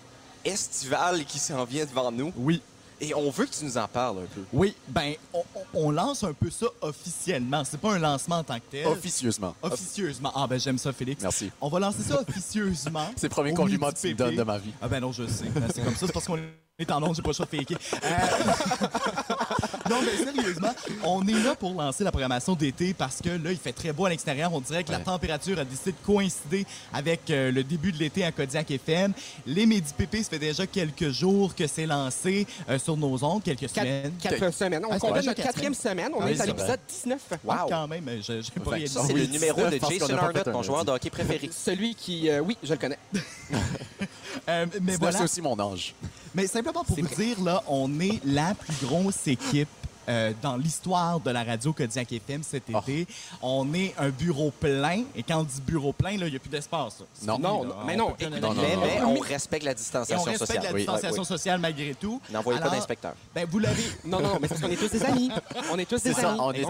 Speaker 1: estivale qui s'en vient devant nous.
Speaker 10: Oui.
Speaker 1: Et on veut que tu nous en parles un peu.
Speaker 10: Oui, ben, on, on- on lance un peu ça officiellement. C'est pas un lancement en tant que tel.
Speaker 6: Officieusement.
Speaker 10: Officieusement. Ah, ben, j'aime ça, Félix.
Speaker 6: Merci.
Speaker 10: On va lancer ça officieusement.
Speaker 6: C'est le premier
Speaker 10: au
Speaker 6: compliment
Speaker 10: Midi
Speaker 6: que tu me
Speaker 10: Pépé.
Speaker 6: donnes de ma vie.
Speaker 10: Ah, ben non, je sais. Ben, C'est comme ça, c'est parce qu'on est en onde, j'ai pas le choix de faker. Euh, Non, mais sérieusement, on est là pour lancer la programmation d'été parce que là, il fait très beau à l'extérieur. On dirait que la
Speaker 1: Ouais.
Speaker 10: température a décidé de coïncider avec euh, le début de l'été à Kodiak FM. Les Midi Pépé, ça fait déjà quelques jours que c'est lancé euh, sur nos ondes, quelques semaines.
Speaker 4: Quatre semaines. On
Speaker 10: Ah, c'est
Speaker 4: complète
Speaker 10: déjà
Speaker 4: notre
Speaker 10: quatre
Speaker 4: quatrième semaine. On
Speaker 10: Ah oui,
Speaker 4: est à
Speaker 10: c'est vrai.
Speaker 4: l'épisode 19.
Speaker 10: Ouais, Ah, quand même, Ah mais je- j'ai pas
Speaker 1: Fait
Speaker 10: rien
Speaker 1: que ça,
Speaker 10: dit.
Speaker 1: c'est le numéro de
Speaker 10: Je pense qu'on
Speaker 1: Jason
Speaker 10: a pas
Speaker 1: Arnott,
Speaker 10: fait un
Speaker 1: ton joueur
Speaker 10: lundi.
Speaker 1: de hockey préféré.
Speaker 4: Celui qui... euh, oui, je le connais.
Speaker 10: Euh, mais
Speaker 4: Sinon,
Speaker 10: voilà.
Speaker 4: c'est aussi
Speaker 10: mon ange. Mais simplement pour vous dire, là, on est la plus grosse équipe. euh, dans l'histoire de la radio Kodiak FM cet
Speaker 1: Ah.
Speaker 10: été, on est un bureau plein. Et quand on dit bureau plein, là, il n'y a plus d'espace. là. C'est
Speaker 1: Non.
Speaker 10: fini,
Speaker 1: Non,
Speaker 10: là.
Speaker 1: non,
Speaker 10: On
Speaker 1: mais non,
Speaker 10: peut plus en
Speaker 1: mais-
Speaker 10: avoir.
Speaker 1: mais- mais on
Speaker 10: Et
Speaker 1: respecte la distanciation
Speaker 10: on respecte
Speaker 1: sociale.
Speaker 10: la
Speaker 1: Oui,
Speaker 10: distanciation
Speaker 1: oui.
Speaker 10: sociale malgré tout.
Speaker 1: N'envoyez pas
Speaker 10: Alors,
Speaker 1: d'inspecteur.
Speaker 10: Ben, vous l'avez.
Speaker 4: Non, non, non, mais c'est parce qu'on est tous des amis. On est tous des amis. Exactement, on est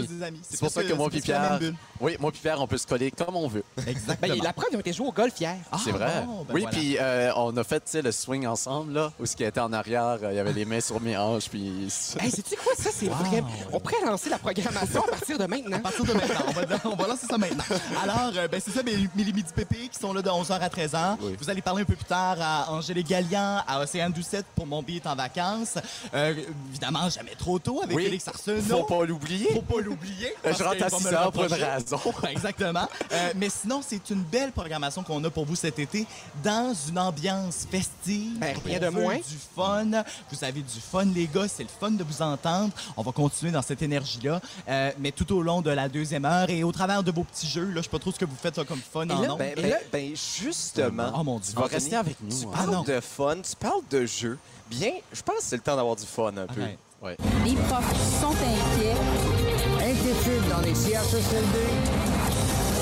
Speaker 4: tous des amis.
Speaker 6: C'est pour ça
Speaker 4: plus-
Speaker 6: que moi
Speaker 4: c'est
Speaker 6: puis
Speaker 4: plus la même
Speaker 6: Pierre,
Speaker 4: bulle.
Speaker 6: oui, moi puis Pierre, on peut se coller comme on veut.
Speaker 4: Ben,
Speaker 6: Exactement.
Speaker 4: la preuve, ils ont été joués au golf hier.
Speaker 6: c'est vrai. oui, puis euh, on a fait tu sais, le swing ensemble, là, où ce qui était en arrière, euh, il y avait les mains sur mes hanches, puis.
Speaker 4: Hey, sais-tu quoi? Ça, c'est vrai. On pourrait lancer la programmation à partir de maintenant. À
Speaker 10: partir de maintenant. On va, on va lancer ça maintenant. Alors, euh, ben, c'est ça, mes, mes limites pépé qui sont là de 11h à 13h.
Speaker 1: Oui.
Speaker 10: Vous allez parler un peu plus tard à Angélique Gallian, à Océane Doucette pour Mon billet est en vacances. Euh, évidemment, jamais trop tôt avec
Speaker 6: Oui.
Speaker 10: Félix Arsenault.
Speaker 6: Faut pas l'oublier.
Speaker 10: Faut pas l'oublier.
Speaker 6: Je rentre à
Speaker 10: ben,
Speaker 6: 6 heures pour une
Speaker 10: raison. Exactement. Euh, mais sinon, c'est une belle programmation qu'on a pour vous cet été dans une ambiance festive.
Speaker 1: Ben,
Speaker 4: rien
Speaker 10: On
Speaker 4: de
Speaker 10: veut
Speaker 4: moins.
Speaker 10: du fun. Vous avez du fun, les gars. C'est le fun de vous entendre. On va continuer dans cette énergie-là, euh, mais tout au long de la deuxième heure et au travers de vos petits jeux. Là, je sais pas trop ce que vous faites là, comme fun en ondes.
Speaker 1: ben,
Speaker 10: Et
Speaker 1: ben-
Speaker 10: là-
Speaker 1: ben, justement,
Speaker 10: Oh mon Dieu.
Speaker 1: Anthony,
Speaker 10: Restez avec nous,
Speaker 1: Tu
Speaker 10: hein.
Speaker 1: parles
Speaker 10: Ah non.
Speaker 1: de fun, tu parles de jeu. Bien, je pense que c'est le temps d'avoir du fun un peu.
Speaker 10: Arrête.
Speaker 1: Ouais.
Speaker 20: Les profs sont inquiets. Inquiétude dans les CHSLD.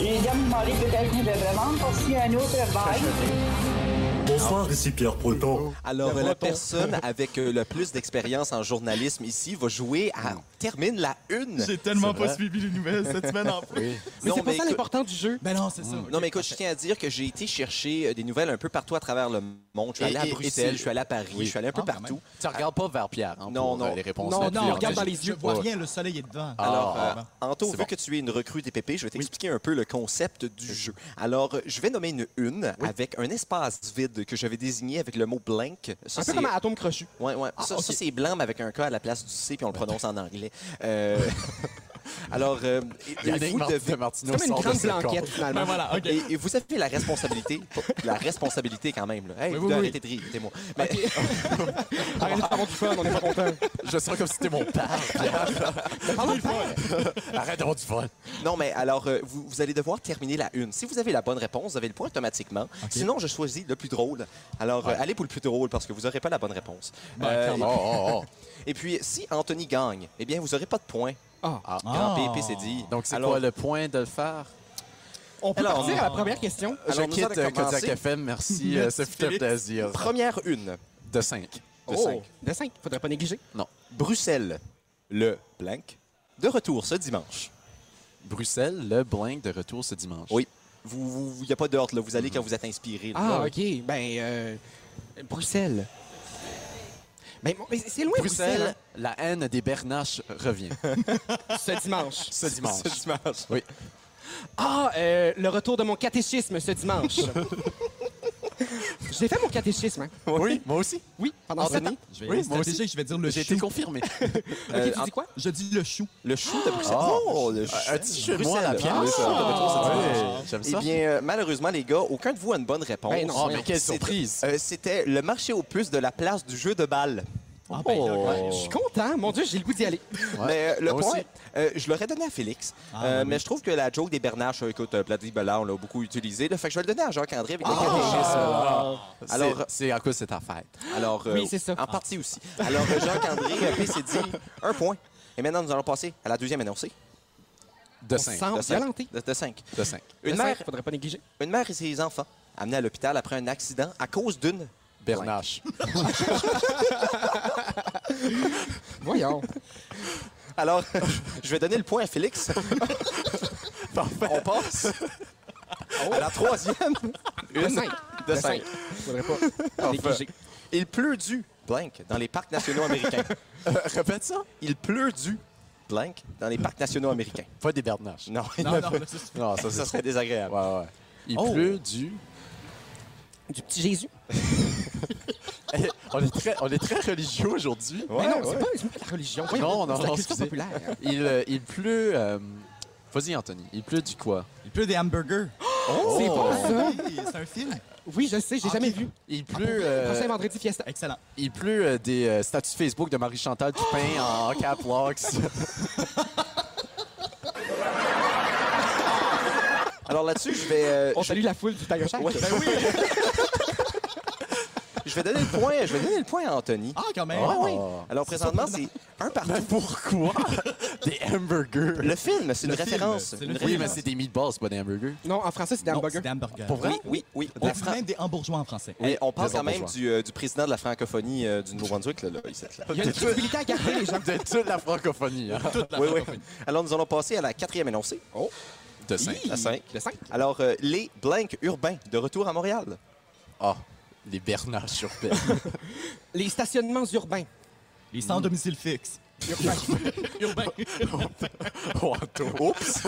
Speaker 21: J'ai déjà demandé peut-être que je vais vraiment poursuivre un autre bail.
Speaker 1: Bonsoir, ici Pierre Proton. Alors,
Speaker 21: Pierre
Speaker 1: la
Speaker 21: Breton.
Speaker 1: personne avec euh, le plus d'expérience en journalisme ici va jouer à... Termine la une.
Speaker 10: Hmm. J'ai tellement
Speaker 1: ben, C'est
Speaker 10: pas
Speaker 1: vrai.
Speaker 10: suivi les nouvelles cette semaine en plus.
Speaker 1: Non, mais écoute-
Speaker 10: du jeu. Ben non, c'est ça.
Speaker 1: Mm. Non, mais écoute, je tiens à dire que j'ai été chercher euh, des nouvelles un peu partout à travers le monde. Je suis allé
Speaker 6: Et-
Speaker 1: à
Speaker 6: et- et
Speaker 1: Bruxelles,
Speaker 6: tu-
Speaker 1: je suis allé à Paris,
Speaker 6: Oui.
Speaker 1: je suis allé un peu
Speaker 6: Ah, quand
Speaker 1: partout.
Speaker 6: Tu regardes pas vers Pierre, hein,
Speaker 1: Non,
Speaker 6: pour, euh,
Speaker 1: non.
Speaker 6: les réponses.
Speaker 1: Non,
Speaker 6: là-dessus,
Speaker 1: non,
Speaker 6: hein.
Speaker 1: regarde dans
Speaker 6: Je-
Speaker 1: les
Speaker 10: Je
Speaker 1: yeux.
Speaker 10: vois
Speaker 1: Ouais.
Speaker 10: rien, le soleil est devant.
Speaker 1: Alors,
Speaker 10: Ah,
Speaker 1: euh,
Speaker 10: bon.
Speaker 1: Anto,
Speaker 10: C'est
Speaker 1: vu
Speaker 10: bon.
Speaker 1: que tu es une recrue des PP, je vais t'expliquer un peu le concept du jeu. Alors, euh, je vais nommer une une avec un espace vide que j'avais désigné avec le mot blank. Ça,
Speaker 4: Un peu
Speaker 1: c'est-
Speaker 4: comme à Atome Crochu.
Speaker 1: Ouais, ouais.
Speaker 4: Ah,
Speaker 1: ça,
Speaker 4: ok.
Speaker 1: ça, c'est blanc, mais avec un K à la place du C, puis on le
Speaker 4: Ben,
Speaker 1: prononce en anglais. Euh, Alors, euh, et-
Speaker 4: Yannick
Speaker 1: et vous
Speaker 4: Martin-
Speaker 1: devez-
Speaker 4: Martineau C'est comme une sort de grande ce corps. blanquette, finalement. Ben voilà, ok.
Speaker 1: Et, et vous avez la responsabilité, la responsabilité quand même. Là. Hey,
Speaker 4: Oui,
Speaker 1: vous
Speaker 4: oui,
Speaker 1: devez
Speaker 4: oui.
Speaker 1: arrêter de rire, écoutez-moi. Mais-
Speaker 4: Arrêtez de faire du fun, on est pas contents.
Speaker 1: je serais comme si c'était mon père. Arrête d'avoir du fun. Non, mais alors, euh, vous, vous allez devoir terminer la une. Si vous avez la bonne réponse, vous avez le point automatiquement. Sinon, je choisis le plus drôle. Alors, euh, allez pour le plus drôle parce que vous n'aurez pas la bonne réponse.
Speaker 6: Ben, clairement.
Speaker 1: et-
Speaker 6: Oh, oh,
Speaker 1: Et puis, si Anthony gagne, eh bien, vous n'aurez pas de point. Ah, Quand
Speaker 6: Ah.
Speaker 1: PP s'est dit.
Speaker 6: Donc, c'est
Speaker 1: Alors-
Speaker 6: quoi le point de le faire?
Speaker 4: On peut
Speaker 1: Alors,
Speaker 4: partir à la première question.
Speaker 6: Je
Speaker 1: Alors, nous
Speaker 6: quitte
Speaker 1: allons
Speaker 6: euh,
Speaker 1: commencer.
Speaker 6: Kodiak FM, merci, euh,
Speaker 1: Merci,
Speaker 6: ce fut un
Speaker 1: Félix.
Speaker 6: plaisir.
Speaker 1: Première une.
Speaker 6: De 5.
Speaker 1: De
Speaker 4: Oh,
Speaker 1: cinq.
Speaker 4: De 5, faudrait pas négliger.
Speaker 1: Non. Bruxelles, le blank, de retour ce dimanche.
Speaker 6: Bruxelles, le blank de retour ce dimanche.
Speaker 1: Oui. Il vous, vous- y a pas d'ordre, là. Vous allez quand vous êtes inspiré. là.
Speaker 4: Ah, OK. Ben, euh, Bruxelles. Ben, bon, mais c'est- c'est loin, Bruxelles.
Speaker 1: hein.
Speaker 4: hein,
Speaker 6: Bruxelles, la haine des Bernaches revient.
Speaker 4: Ce dimanche.
Speaker 6: Ce dimanche.
Speaker 1: Ce dimanche.
Speaker 6: Oui.
Speaker 4: Ah, euh, le retour de mon catéchisme ce dimanche. J'ai fait mon catéchisme. hein. Ah, ben
Speaker 6: Oui, moi aussi.
Speaker 4: Oui, pendant sept ans.
Speaker 10: Je vais être stratégique, je vais dire le
Speaker 6: J'ai
Speaker 10: chou.
Speaker 6: été confirmé.
Speaker 10: Ok,
Speaker 1: Euh,
Speaker 10: tu
Speaker 1: en-
Speaker 10: dis quoi? Je dis le chou.
Speaker 1: Le chou de Bruxelles.
Speaker 6: Oh,
Speaker 1: le
Speaker 6: un petit jeu de moi à la
Speaker 1: Bruxelles.
Speaker 6: pièce.
Speaker 1: Le chou de retour ce
Speaker 6: Ah,
Speaker 1: dimanche.
Speaker 6: oui, j'aime ça.
Speaker 1: Eh bien, euh, malheureusement, les gars, aucun de vous a une bonne réponse. Ah,
Speaker 6: Ben non, Oh, mais voyons. quelle
Speaker 1: C'est-
Speaker 6: surprise.
Speaker 1: euh, C'était le marché aux puces de la place du jeu de balle.
Speaker 6: Ah, ben,
Speaker 1: Oh.
Speaker 4: Je suis content. Mon Dieu, j'ai le goût d'y aller.
Speaker 1: Mais euh, le
Speaker 4: Moi
Speaker 1: point,
Speaker 4: aussi.
Speaker 1: euh, je l'aurais donné à Félix.
Speaker 4: Ah,
Speaker 1: Euh,
Speaker 4: ben
Speaker 1: Mais je trouve que la joke des Bernaches, euh, écoute, euh, Platy Bella, on l'a beaucoup utilisé. Là, fait que je vais le donner à Jacques-André avec le catéchisme. Alors,
Speaker 6: Alors, Ah! c'est à cause de ta fête.
Speaker 1: alors, euh,
Speaker 6: Oui, c'est ça.
Speaker 1: En partie aussi. Alors, euh, Jacques-André euh, puis s'est dit un point. Et maintenant, nous allons passer à la deuxième annoncée.
Speaker 6: De
Speaker 1: On
Speaker 6: cinq.
Speaker 1: semble
Speaker 6: De cinq.
Speaker 1: violenté. De, de cinq.
Speaker 6: De cinq.
Speaker 1: Une
Speaker 6: Oh, De
Speaker 1: mère,
Speaker 6: cinq,
Speaker 4: faudrait pas négliger.
Speaker 1: Une mère et ses enfants amenés à l'hôpital après un accident à cause d'une
Speaker 6: Bernache.
Speaker 4: Voyons.
Speaker 1: Alors, je vais donner le point à Félix. Parfait. On passe à la troisième.
Speaker 4: De cinq.
Speaker 1: De
Speaker 4: De
Speaker 1: cinq.
Speaker 4: cinq. Faudrait pas négliger.
Speaker 1: Il pleut du blank dans les parcs nationaux américains.
Speaker 6: répète ça.
Speaker 1: Il pleut du blank dans les parcs nationaux américains.
Speaker 6: Pas des Bernaches.
Speaker 1: Non,
Speaker 6: Non, non, là, ça, c'est-
Speaker 1: non, ça, ça serait Oh. désagréable.
Speaker 6: Il pleut du...
Speaker 4: Du petit Jésus.
Speaker 6: Eh, on, est très, on est très religieux aujourd'hui.
Speaker 4: Mais non, c'est pas- c'est pas la religion. Voyons,
Speaker 6: Non, non,
Speaker 4: c'est la
Speaker 6: non,
Speaker 4: culture
Speaker 6: excusez.
Speaker 4: populaire.
Speaker 6: Il, euh, il pleut. euh, Vas-y, Anthony. Il pleut du quoi?
Speaker 10: Il pleut des hamburgers.
Speaker 1: Oh.
Speaker 4: C'est bon, ça.
Speaker 10: C'est un film.
Speaker 4: Oui, je sais, j'ai jamais vu.
Speaker 6: Il
Speaker 4: Ah,
Speaker 6: pleut.
Speaker 4: pour vrai?
Speaker 6: euh,
Speaker 4: Prochain vendredi fiesta.
Speaker 10: Excellent.
Speaker 6: Il pleut euh, des euh, statuts Facebook de Marie-Chantal Dupin en cap locks.
Speaker 1: Alors là-dessus, je vais.
Speaker 4: On salue la foule du Tiger Shark.
Speaker 1: Je vais donner le point, je vais donner le point à Anthony.
Speaker 10: Ah, quand même.
Speaker 1: Ah, oui.
Speaker 10: Ah.
Speaker 1: Alors présentement, c'est un partout.
Speaker 6: pourquoi des hamburgers?
Speaker 1: Le film, c'est une référence.
Speaker 6: Oui,
Speaker 1: Une
Speaker 6: mais
Speaker 1: référence.
Speaker 6: c'est des meatballs, c'est pas des hamburgers.
Speaker 4: Non, en français, c'est des
Speaker 10: Non,
Speaker 4: hamburgers.
Speaker 10: c'est des hamburgers.
Speaker 1: Pour vrai? Oui, oui.
Speaker 10: On
Speaker 1: La
Speaker 10: dit
Speaker 1: Fran-
Speaker 10: même des hambourgeois en français.
Speaker 1: Et on parle
Speaker 10: Des
Speaker 1: quand même
Speaker 10: hambourgeois.
Speaker 1: du, euh, du président de la francophonie euh, du Nouveau-Brunswick, là, là, ici, là.
Speaker 10: Il y a une
Speaker 4: crédibilité à garder, les gens.
Speaker 6: De toute la francophonie. hein.
Speaker 1: Oui, oui. Alors, nous allons passer à la quatrième énoncée. Oh.
Speaker 6: De cinq.
Speaker 1: De cinq. Alors, euh, les blancs urbains de retour à Montréal.
Speaker 6: Ah, les Bernard sur
Speaker 4: Les stationnements urbains.
Speaker 10: Les sans domicile fixe.
Speaker 4: Urbains.
Speaker 6: Oh, Anto. Oups.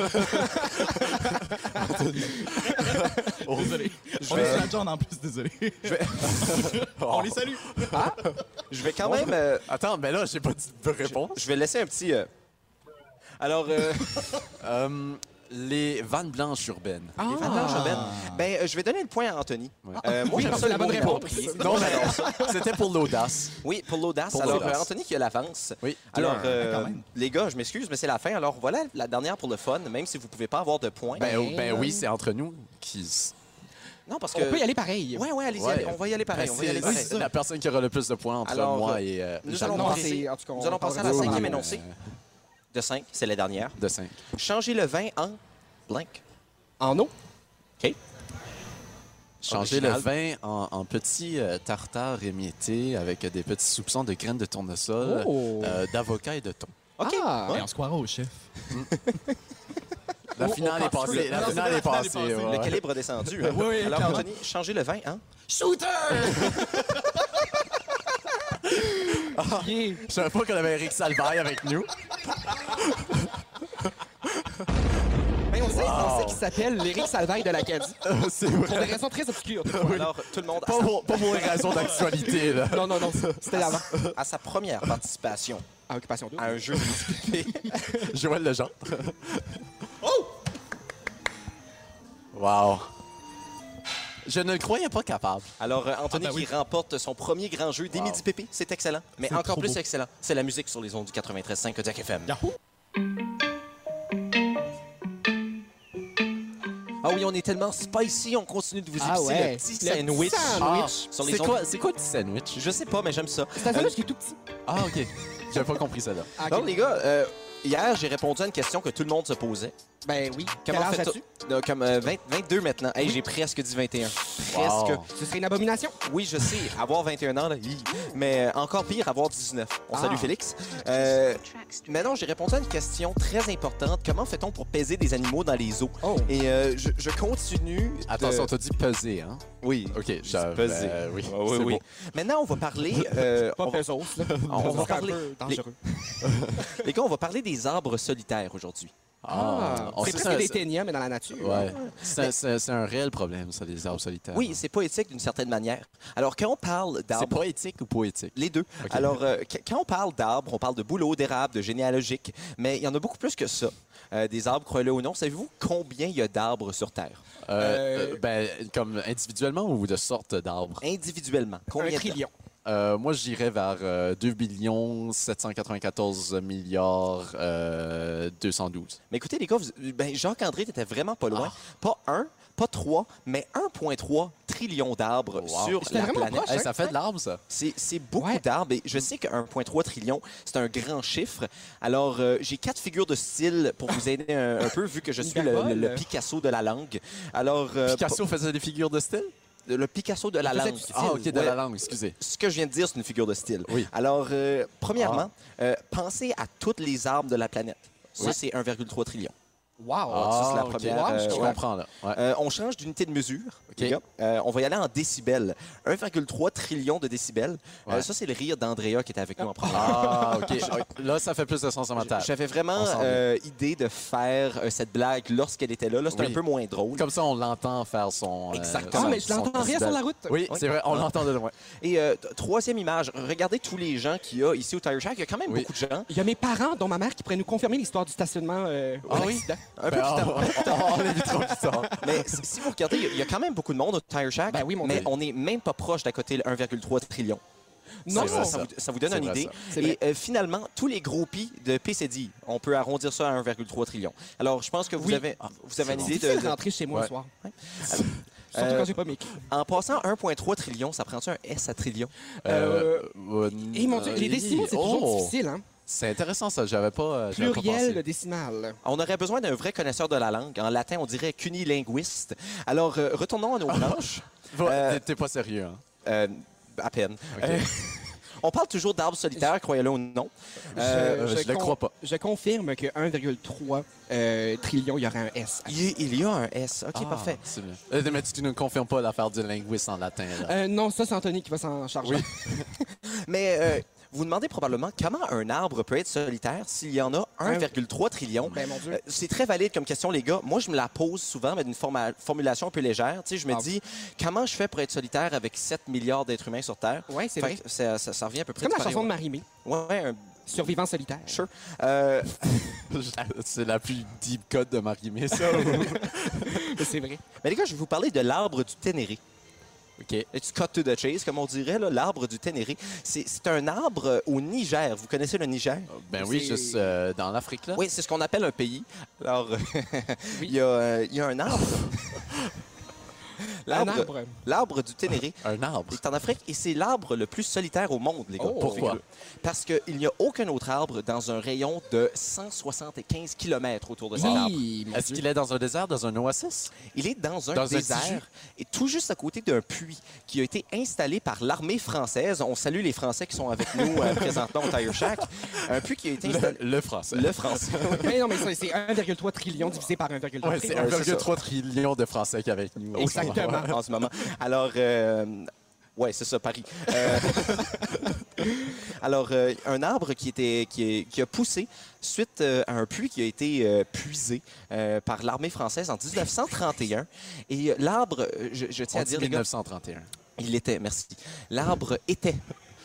Speaker 10: Désolé.
Speaker 1: Je
Speaker 10: On
Speaker 1: vais-
Speaker 10: est sur la John en plus, désolé.
Speaker 6: Oh.
Speaker 10: On les salue.
Speaker 1: Oh. Je vais quand
Speaker 10: Bon.
Speaker 1: même. euh,
Speaker 6: Attends, mais là, j'ai pas dit de réponse.
Speaker 1: Je, vais laisser un petit. euh, Alors. euh,
Speaker 6: Euh, les vannes blanches urbaines.
Speaker 1: les vannes blanches urbaines. Ben, euh, je vais donner le point à Anthony. Euh, moi,
Speaker 6: Ah. Oui,
Speaker 1: j'aime
Speaker 6: parce
Speaker 1: ça
Speaker 6: que
Speaker 1: le
Speaker 6: la bonne
Speaker 1: mot
Speaker 6: réponse.
Speaker 1: inapproprié.
Speaker 6: Non, mais non, ça, c'était pour l'audace.
Speaker 1: Oui, pour l'audace.
Speaker 6: Pour
Speaker 1: Alors,
Speaker 6: l'audace.
Speaker 1: euh, Anthony qui a l'avance.
Speaker 6: Oui.
Speaker 1: Alors,
Speaker 6: Deux, un.
Speaker 1: euh,
Speaker 6: Quand même.
Speaker 1: les gars, je m'excuse, mais c'est la fin. Alors, voilà la dernière pour le fun, même si vous pouvez pas avoir de points.
Speaker 6: Ben, ben oui, c'est entre nous qui. s-
Speaker 1: Non, parce que.
Speaker 4: On peut y aller pareil.
Speaker 1: Ouais, ouais, allez-y,
Speaker 6: Ouais.
Speaker 1: allez, on va y aller pareil.
Speaker 6: Ben,
Speaker 1: on va y aller
Speaker 6: c'est-
Speaker 1: pareil.
Speaker 6: c'est La personne qui aura le plus de points entre
Speaker 1: Alors, euh,
Speaker 6: moi et. euh,
Speaker 1: nous,
Speaker 6: Jeanne.
Speaker 1: allons passer,
Speaker 4: en tout cas, on
Speaker 1: nous allons
Speaker 4: va
Speaker 1: passer à la
Speaker 4: parler de-
Speaker 1: cinquième
Speaker 4: Oui.
Speaker 1: énoncée. De 5, c'est la dernière.
Speaker 6: De 5.
Speaker 1: Changer le vin en blank.
Speaker 4: En eau.
Speaker 1: OK.
Speaker 6: Changer
Speaker 1: Original.
Speaker 6: le vin en, en petits euh, tartares émiettés avec des petits soupçons de graines de tournesol,
Speaker 10: Oh.
Speaker 6: euh, d'avocat et de thon.
Speaker 1: OK.
Speaker 4: Ah,
Speaker 10: Et on se croira au chef.
Speaker 6: La
Speaker 10: On-
Speaker 6: finale
Speaker 10: on
Speaker 6: est
Speaker 10: passe
Speaker 6: passée.
Speaker 10: plus.
Speaker 6: La
Speaker 10: Non, c'est
Speaker 6: finale
Speaker 10: vrai,
Speaker 6: est passée. ouais.
Speaker 1: Le calibre a descendu. hein.
Speaker 10: Oui, oui,
Speaker 1: Alors,
Speaker 10: clairement.
Speaker 1: Anthony, changer le vin en.
Speaker 10: Shooter!
Speaker 6: Je savais pas qu'on avait Eric Salvaille avec nous.
Speaker 4: Ben, on sait, on sait qu'il s'appelle l'Éric Salvaille de l'Acadie.
Speaker 6: c'est
Speaker 4: Pour des raisons très obscures.
Speaker 1: Alors, tout le monde.
Speaker 6: Pas pour, pas pour les raisons d'actualité, là.
Speaker 4: Non, non, non, c'était
Speaker 1: à,
Speaker 4: avant.
Speaker 1: sa- à sa première participation
Speaker 4: À Occupation
Speaker 1: à un jeu
Speaker 6: Joël Legendre. oh! Wow. Je ne le croyais pas capable.
Speaker 1: Alors, euh, Anthony
Speaker 6: Ah ben oui.
Speaker 1: qui remporte son premier grand jeu des
Speaker 6: Wow.
Speaker 1: Midi Pépé, c'est excellent. Mais
Speaker 6: C'est
Speaker 1: encore
Speaker 6: trop
Speaker 1: plus
Speaker 6: beau.
Speaker 1: excellent, c'est la musique sur les ondes du 93.5 Kodiak FM. Ah oui, on est tellement spicy, on continue de vous
Speaker 4: Ah
Speaker 1: épicer
Speaker 4: ouais,
Speaker 1: le petit
Speaker 4: le
Speaker 1: sandwich. Ah,
Speaker 4: petit
Speaker 6: Ah.
Speaker 4: sandwich.
Speaker 1: sur les
Speaker 6: C'est
Speaker 1: ondes-
Speaker 6: quoi, c'est quoi le petit sandwich?
Speaker 1: Je sais pas, mais j'aime ça.
Speaker 4: C'est un sandwich qui est tout petit.
Speaker 6: Ah, OK. J'avais pas compris ça, là.
Speaker 4: Ah, ok.
Speaker 1: Donc, euh, les gars, euh, hier, j'ai répondu à une question que tout le monde se posait.
Speaker 4: Ben oui.
Speaker 1: Comment
Speaker 4: Quel âge
Speaker 1: fais-tu?
Speaker 4: as-tu?
Speaker 1: Non, Comme euh, 20 22 maintenant. Hey, j'ai presque dit 21. Presque.
Speaker 6: Wow.
Speaker 4: Ce serait une abomination.
Speaker 1: Oui, je sais, avoir 21 ans, là, hi. mais euh, encore pire, avoir 19. On
Speaker 4: Ah.
Speaker 1: salue Félix. Euh, maintenant, j'ai répondu à une question très importante. Comment fait-on pour peser des animaux dans les eaux? Et euh, je, je continue... de-
Speaker 6: Oh. Attention, t'as dit peser, hein?
Speaker 1: Oui.
Speaker 6: OK,
Speaker 1: J'ai
Speaker 6: ça,
Speaker 1: dit peser.
Speaker 6: euh, oui,
Speaker 1: Ah oui,
Speaker 6: c'est
Speaker 1: oui.
Speaker 6: bon.
Speaker 1: Maintenant, on va parler... euh,
Speaker 4: Pas
Speaker 1: on va-
Speaker 4: pesos, là.
Speaker 1: on va
Speaker 4: C'est un
Speaker 1: parler-
Speaker 4: peu dangereux.
Speaker 1: Les gars, on va parler des arbres solitaires aujourd'hui.
Speaker 4: Ah,
Speaker 6: on
Speaker 4: c'est
Speaker 6: sait
Speaker 4: presque des
Speaker 6: ça-
Speaker 4: ténia, mais dans la nature.
Speaker 6: Ouais. C'est un- C'est c'est un réel problème, ça, les arbres solitaires.
Speaker 1: Oui, c'est poétique d'une certaine manière. Alors, quand on parle
Speaker 6: Ah. C'est
Speaker 1: d'arbres...
Speaker 6: poétique ou poétique?
Speaker 1: Les deux. Alors, euh, qu- quand on parle d'arbres, on parle de bouleaux, d'érable, de généalogique, mais il y en a beaucoup plus que ça. Euh, des arbres, croyez-le ou non, savez-vous combien il y a d'arbres sur Terre?
Speaker 6: Euh, euh, ben, comme individuellement ou de sorte d'arbres?
Speaker 1: Individuellement,
Speaker 4: Un
Speaker 1: combien de-
Speaker 4: trillion.
Speaker 6: Euh, moi, j'irais vers euh, 2 millions 794 milliards euh, 212.
Speaker 1: Mais écoutez, les gars, vous- ben, Jacques-André, t'étais vraiment pas loin.
Speaker 4: Ah.
Speaker 1: Pas un, pas trois, mais 1,3 trillion d'arbres
Speaker 6: Wow.
Speaker 1: Euh, sur
Speaker 4: J'étais
Speaker 1: la
Speaker 4: vraiment
Speaker 1: planète.
Speaker 4: proche,
Speaker 6: Hey,
Speaker 4: hein?
Speaker 6: ça fait de l'arbre, ça.
Speaker 1: C'est c'est beaucoup d'arbres et je sais que 1,3 trillion, c'est un grand chiffre. Alors, euh, j'ai quatre figures de style pour vous aider un, un peu, vu que je suis le, le- le Picasso de la langue. Alors, euh,
Speaker 6: Picasso faisait des figures de style?
Speaker 1: p- le Picasso de la
Speaker 4: Il faisait
Speaker 1: langue.
Speaker 4: du style.
Speaker 6: Ah, ok, de
Speaker 1: Ouais.
Speaker 6: la langue, excusez.
Speaker 1: Ce que je viens de dire, c'est une figure de style.
Speaker 6: Oui. Ah.
Speaker 1: Alors, euh, premièrement, euh, pensez à toutes les arbres de la planète. Ça, c'est 1,3 trillion. Wow!
Speaker 6: Ah,
Speaker 1: ça, c'est la
Speaker 6: ok.
Speaker 1: première.
Speaker 6: Ouais, je
Speaker 1: euh, ouais.
Speaker 6: comprends, là. Ouais.
Speaker 1: Euh, on change d'unité de mesure.
Speaker 6: Ok.
Speaker 1: les gars. Euh, on va y aller en décibels. 1,3 trillion de décibels. Euh,
Speaker 6: Ouais.
Speaker 1: ça, c'est le rire d'Andrea qui était avec nous en première.
Speaker 6: Ah, OK. Là, ça fait plus de sens à ma tête.
Speaker 1: J'avais vraiment
Speaker 6: On s'en vient.
Speaker 1: euh, idée de faire euh, cette blague lorsqu'elle était là. Là, c'était
Speaker 6: Oui.
Speaker 1: un peu moins drôle.
Speaker 6: Comme ça, on l'entend faire son. euh,
Speaker 1: Exactement.
Speaker 6: son- son décibel. Oui, c'est vrai, on l'entend de loin.
Speaker 1: Et euh, t- troisième image, regardez tous les gens qu'il y a ici au Tire Shack. Il y a quand même beaucoup de gens.
Speaker 4: Il y a mes parents, dont ma mère, qui pourraient nous confirmer l'histoire du stationnement. euh,
Speaker 1: Ah
Speaker 4: par
Speaker 1: oui?
Speaker 4: accident.
Speaker 6: Ben,
Speaker 1: Un peu plus
Speaker 6: Ah,
Speaker 1: tard. On
Speaker 6: Euh,
Speaker 1: Mais si si vous regardez, il y a- il y a quand même beaucoup de monde au Tire Shack,
Speaker 4: Ben
Speaker 1: mais on n'est même pas proche d'à côté le 1,3 trillion.
Speaker 4: Non.
Speaker 1: ça,
Speaker 4: C'est
Speaker 1: ça
Speaker 4: vrai,
Speaker 1: vous, ça vous donne
Speaker 4: ça.
Speaker 1: une
Speaker 4: C'est vrai,
Speaker 1: idée.
Speaker 4: ça. C'est
Speaker 1: Et euh, finalement, tous les groupies de PCD, on peut arrondir ça à 1,3 trillion. Alors, je pense que vous
Speaker 4: Oui. Ah,
Speaker 1: avez, vous avez une
Speaker 4: C'est
Speaker 1: idée de,
Speaker 4: difficile de rentrer chez moi le
Speaker 1: Ouais.
Speaker 4: soir.
Speaker 1: Ouais.
Speaker 4: Surtout
Speaker 1: Euh,
Speaker 4: quand j'ai pas mes clés.
Speaker 1: En passant 1,3 trillion, ça prend-tu un S à trillion?
Speaker 6: Euh,
Speaker 4: Et eh, mon Dieu, les décimaux, c'est
Speaker 6: oh.
Speaker 4: toujours difficile, hein?
Speaker 1: C'est intéressant, ça. J'avais pas,
Speaker 6: euh,
Speaker 4: Pluriel, le décimal.
Speaker 1: on aurait besoin d'un vrai connaisseur de la langue. En latin, on dirait cunilinguiste. Alors, euh, retournons à
Speaker 4: Ah,
Speaker 1: nos branches.
Speaker 6: T'es pas sérieux, hein?
Speaker 1: à peine. Euh, on parle toujours d'arbres solitaires, croyez-le ou non. Euh,
Speaker 4: con- Je confirme que 1,3 euh, trillion, il y aurait un S.
Speaker 1: Il, y a un S. OK,
Speaker 4: parfait.
Speaker 6: c'est bien. Euh, Mais tu ne confirmes pas l'affaire du linguiste en latin, là.
Speaker 4: Euh, non, ça, c'est Anthony qui va s'en charger.
Speaker 1: Mais euh, vous demandez probablement comment un arbre peut être solitaire s'il y en a 1,3 trillion.
Speaker 4: Ben, mon Dieu.
Speaker 1: Euh, C'est très valide comme question, les gars. Moi, je me la pose souvent, mais d'une forma- formulation un peu légère. Tu sais, je me
Speaker 4: Ah.
Speaker 1: dis, comment je fais pour être solitaire avec 7 milliards d'êtres humains sur Terre?
Speaker 4: Ouais, c'est
Speaker 1: Fait
Speaker 4: vrai.
Speaker 1: que Ça, ça- ça revient à peu
Speaker 4: C'est
Speaker 1: près
Speaker 4: comme la
Speaker 1: du pareil
Speaker 4: chanson de
Speaker 1: au-
Speaker 4: Marimé.
Speaker 1: Ouais, un...
Speaker 4: Survivant solitaire.
Speaker 1: Sure. Euh,
Speaker 6: c'est la plus deep code de Marimé, ça.
Speaker 4: c'est vrai.
Speaker 1: Mais les gars, je vais vous parler de l'arbre du Ténéré. OK. It's cut to the chase, comme on dirait, là, l'arbre du Ténéré. C'est c'est un arbre euh, au Niger. Vous connaissez le Niger?
Speaker 6: Ben oui,
Speaker 1: C'est-
Speaker 6: juste euh, dans l'Afrique, là.
Speaker 1: Oui, c'est ce qu'on appelle un pays. Alors, euh, il, y a, euh, il y a un arbre.
Speaker 4: Un arbre.
Speaker 1: L'arbre du Ténéré. Un arbre. est en Afrique et c'est l'arbre le plus solitaire au monde, les gars.
Speaker 6: Oh. Pourquoi?
Speaker 1: Parce qu'il n'y a aucun autre arbre dans un rayon de 175 km autour de cet arbre.
Speaker 6: Est-ce qu'il est dans un désert, dans un oasis?
Speaker 1: Il est dans un
Speaker 6: Dans un tisu.
Speaker 1: désert et tout juste à côté d'un puits qui a été installé par l'armée française. On salue les Français qui sont avec nous euh, présentement au Tire Shack. Un puits qui a été installé.
Speaker 6: Le, français.
Speaker 1: Le français.
Speaker 4: mais non, mais ça, c'est 1,3 trillion divisé par 1,3
Speaker 6: Ouais, c'est 1,3 trillion de Français qui est avec nous. en ce moment.
Speaker 1: En ce moment. Alors, euh, ouais, c'est ça, Paris. Euh, Alors, euh, un arbre qui, était, qui, est- qui a poussé suite euh, à un puits qui a été euh, puisé euh, par l'armée française en 1931. Et euh, l'arbre, euh, je, je tiens
Speaker 6: On
Speaker 1: à dire.
Speaker 6: dit
Speaker 1: les gars,
Speaker 6: 1931.
Speaker 1: il était, merci. L'arbre était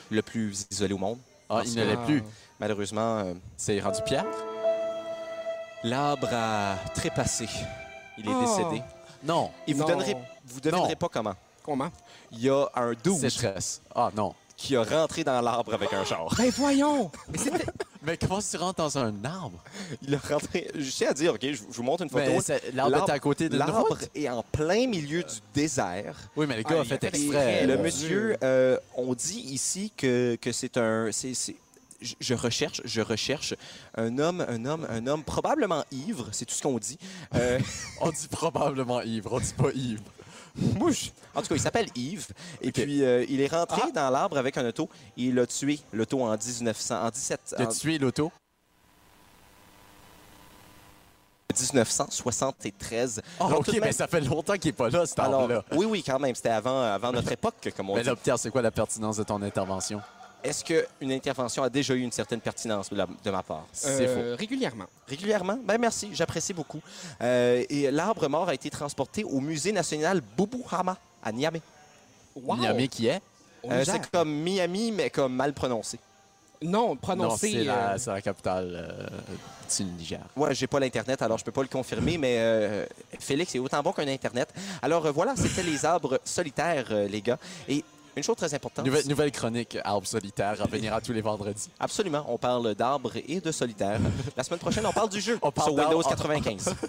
Speaker 1: le plus isolé au monde.
Speaker 6: Ah, il ne l'est plus.
Speaker 1: Malheureusement. euh,
Speaker 6: C'est rendu Pierre?
Speaker 1: L'arbre a trépassé. Il est
Speaker 6: Oh.
Speaker 1: décédé.
Speaker 6: Non.
Speaker 1: Et vous
Speaker 6: Non.
Speaker 1: donnerez, vous devinerez pas comment.
Speaker 4: Comment?
Speaker 1: Il y a un 12.
Speaker 6: Sécheresse. Ah non.
Speaker 1: Qui a rentré dans l'arbre avec un char.
Speaker 4: Ben voyons! Mais c'était...
Speaker 6: Mais comment tu rentres dans un arbre?
Speaker 1: Il a rentré. Je tiens à dire, OK, je vous- je vous montre une photo.
Speaker 6: Mais Ben, c'est- l'arbre Ah, était à côté d'une
Speaker 1: L'arbre
Speaker 6: route.
Speaker 1: est en plein milieu du désert.
Speaker 6: Oui, mais le gars a
Speaker 1: il
Speaker 6: fait exprès,
Speaker 1: Le
Speaker 6: Eh, mon
Speaker 1: monsieur,
Speaker 6: Dieu.
Speaker 1: euh, on dit ici que, que c'est un. c'est- c'est- je- je recherche, je recherche un homme, un homme, un homme probablement ivre, c'est tout ce qu'on dit. Euh,
Speaker 6: on dit probablement ivre, on dit pas ivre.
Speaker 1: Mouche. En tout cas, il s'appelle Yves. Et puis, euh, il est rentré
Speaker 6: Ah.
Speaker 1: dans l'arbre avec un auto. Il l'a tué, l'auto, en 1900, en 17...
Speaker 6: Il a
Speaker 1: en-
Speaker 6: tué l'auto.
Speaker 1: 1973.
Speaker 6: Ah,
Speaker 1: Donc,
Speaker 6: OK,
Speaker 1: tout de même-
Speaker 6: mais ça fait longtemps qu'il est pas là, cet
Speaker 1: Alors,
Speaker 6: arbre-là.
Speaker 1: Oui, oui, quand même. C'était avant, avant notre époque, comme on
Speaker 6: Mais
Speaker 1: dit.
Speaker 6: là, Pierre, c'est quoi la pertinence de ton intervention?
Speaker 1: Est-ce qu'une intervention a déjà eu une certaine pertinence de, la- de ma part?
Speaker 4: C'est Euh, faux. Régulièrement.
Speaker 1: Régulièrement? Ben merci, j'apprécie beaucoup. Euh, et l'arbre mort a été transporté au Musée national Bubuhama à Niamey.
Speaker 4: Wow! Niamey qui est? Au
Speaker 1: Euh,
Speaker 4: Niger.
Speaker 1: c'est comme Miami, mais comme mal prononcé.
Speaker 4: Non,
Speaker 6: non,
Speaker 4: prononcé...
Speaker 6: c'est la,
Speaker 4: euh,
Speaker 6: c'est la capitale euh, du Niger.
Speaker 1: Ouais, j'ai pas l'Internet, alors je peux pas le confirmer, mais euh, Félix est autant bon qu'un Internet. Alors euh, voilà, c'était les arbres solitaires, euh, les gars. Et une chose très importante.
Speaker 6: Nouvelle, nouvelle chronique, Arbre solitaire, à venir à tous les vendredis.
Speaker 1: Absolument, on parle d'arbres et de solitaire. La semaine prochaine, on parle du jeu
Speaker 6: parle
Speaker 1: sur Windows
Speaker 6: d'arbres.
Speaker 1: 95.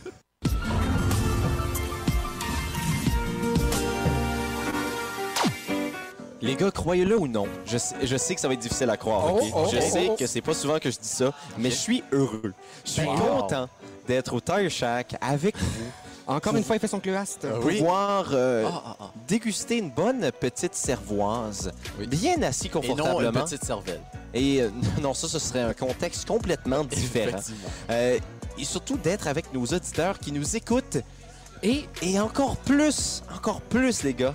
Speaker 1: Les gars, croyez-le ou non, je sais, je sais que ça va être difficile à croire,
Speaker 16: Oh,
Speaker 1: OK?
Speaker 16: oh,
Speaker 1: je
Speaker 16: oh,
Speaker 1: sais
Speaker 16: oh.
Speaker 1: que c'est pas souvent que je dis ça, mais je suis heureux. Je suis
Speaker 4: Wow.
Speaker 1: content d'être au Tire Shack avec vous.
Speaker 4: Encore une fois, il fait son cléaste.
Speaker 1: pouvoir euh,
Speaker 4: Ah, ah, ah.
Speaker 1: déguster une bonne petite cervoise, bien assis confortablement.
Speaker 6: Et non une petite cervelle.
Speaker 1: Et euh, non, ça, ce serait un contexte complètement différent.
Speaker 6: Effectivement.
Speaker 1: Euh, et surtout d'être avec nos auditeurs qui nous écoutent. Et, et encore plus, encore plus, les gars,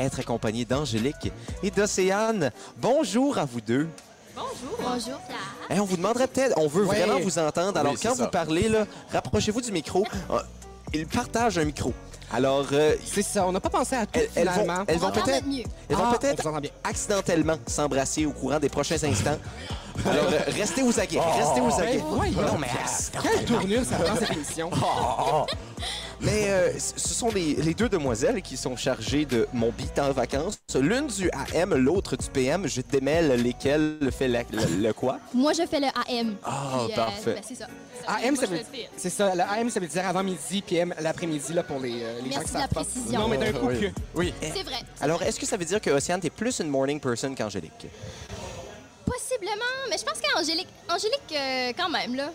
Speaker 1: être accompagné d'Angélique et d'Océane. Bonjour à vous deux.
Speaker 22: Bonjour. Bonjour, Pierre.
Speaker 1: Hey, on vous demanderait peut-être, on veut
Speaker 22: Ouais.
Speaker 1: vraiment vous entendre. Alors,
Speaker 22: Oui, c'est
Speaker 1: quand
Speaker 22: ça.
Speaker 1: vous parlez, là, rapprochez-vous du micro. Euh, Ils partagent un micro. Alors. euh,
Speaker 4: c'est ça, on n'a pas pensé à tout.
Speaker 1: Elles, elles vont,
Speaker 4: finalement.
Speaker 1: elles
Speaker 4: On
Speaker 1: vont
Speaker 4: entend
Speaker 1: peut-être,
Speaker 4: notre mieux.
Speaker 1: elles vont
Speaker 4: Ah,
Speaker 1: peut-être accidentellement s'embrasser au courant des prochains instants. Alors, euh, restez aux aguets,
Speaker 22: Oh.
Speaker 1: restez
Speaker 22: Ben
Speaker 1: aux aguets.
Speaker 4: Ouais, ouais,
Speaker 1: non, mais
Speaker 4: Quelle tournure ça prend cette émission?
Speaker 1: Oh, oh, oh. Mais euh, c- ce sont les, les deux demoiselles qui sont chargées de mon beat en vacances. L'une du AM, l'autre du PM. Je démêle lesquelles fait la- le, le quoi.
Speaker 22: Moi, je fais le AM.
Speaker 1: Ah,
Speaker 22: Puis,
Speaker 1: parfait.
Speaker 22: ben, c'est ça.
Speaker 4: AM, ça
Speaker 22: Moi,
Speaker 4: veut
Speaker 22: je fais le pire.
Speaker 4: C'est ça, le AM, ça veut dire avant midi, PM l'après-midi, là, pour les, euh, les gens
Speaker 22: Merci
Speaker 4: qui
Speaker 22: de la
Speaker 4: savent pas. Euh,
Speaker 22: précision.
Speaker 4: Non, mais d'un coup,
Speaker 1: Oui.
Speaker 4: que-
Speaker 1: Oui.
Speaker 22: C'est vrai.
Speaker 1: Eh, Alors, est-ce que ça veut dire que Océane, t'es plus une morning person qu'Angélique?
Speaker 22: Possiblement, mais je pense qu'Angélique, Angélique, euh, quand même, là.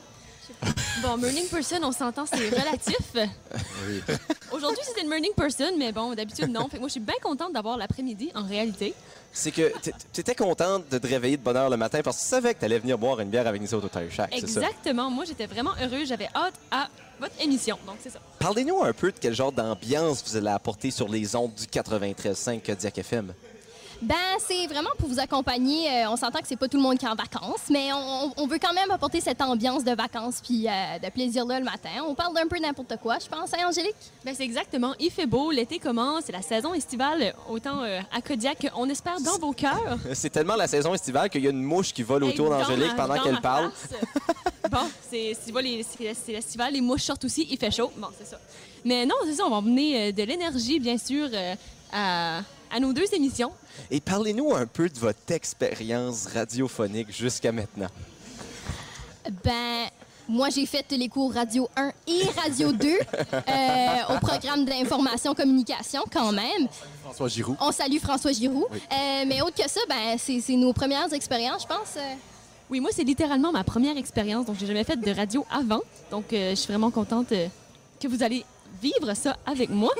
Speaker 15: Bon, morning person, on s'entend, c'est relatif.
Speaker 1: Oui.
Speaker 15: Aujourd'hui, c'était une morning person, mais bon, d'habitude, non. Fait que moi, je suis bien contente d'avoir l'après-midi, en réalité.
Speaker 1: C'est que t- t'étais contente de te réveiller de bonne heure le matin parce que tu savais que t'allais venir boire une bière avec nous autres au Tire Shack, c'est ça?
Speaker 15: Exactement. Moi, j'étais vraiment heureuse. J'avais hâte à votre émission. Donc, c'est ça.
Speaker 1: Parlez-nous un peu de quel genre d'ambiance vous allez apporter sur les ondes du 93.5 Kodiak FM.
Speaker 22: Ben, c'est vraiment pour vous accompagner. Euh, on s'entend que c'est pas tout le monde qui est en vacances, mais on, on- on veut quand même apporter cette ambiance de vacances puis euh, de plaisir-là le matin. On parle d'un peu n'importe quoi, je pense, hein, Angélique?
Speaker 15: Ben, c'est exactement. Il fait beau, l'été commence, c'est la saison estivale, autant euh, à Kodiak qu'on espère dans vos cœurs.
Speaker 1: C'est tellement la saison estivale qu'il y a une mouche qui vole autour
Speaker 15: Hey, dans
Speaker 1: d'Angélique
Speaker 15: ma-
Speaker 1: pendant
Speaker 15: dans
Speaker 1: qu'elle
Speaker 15: ma
Speaker 1: parle.
Speaker 15: face. bon, c'est tu vois, les- c'est- c'est l'estival, les mouches sortent aussi, il fait chaud. Bon, c'est ça. Mais non, c'est ça, on va emmener euh, de l'énergie, bien sûr, euh, à, à nos deux émissions.
Speaker 1: Et parlez-nous un peu de votre expérience radiophonique jusqu'à maintenant.
Speaker 22: Ben, moi, j'ai fait les cours Radio 1 et Radio 2 euh, au programme d'information communication quand même.
Speaker 6: François Giroud.
Speaker 22: On salue François Giroux.
Speaker 6: Oui.
Speaker 22: Euh, mais autre que ça, ben, c'est c'est nos premières expériences, je pense. euh.
Speaker 15: Oui, moi, c'est littéralement ma première expérience, donc j'ai jamais fait de radio avant. Donc, euh, je suis vraiment contente euh, que vous allez vivre ça avec moi.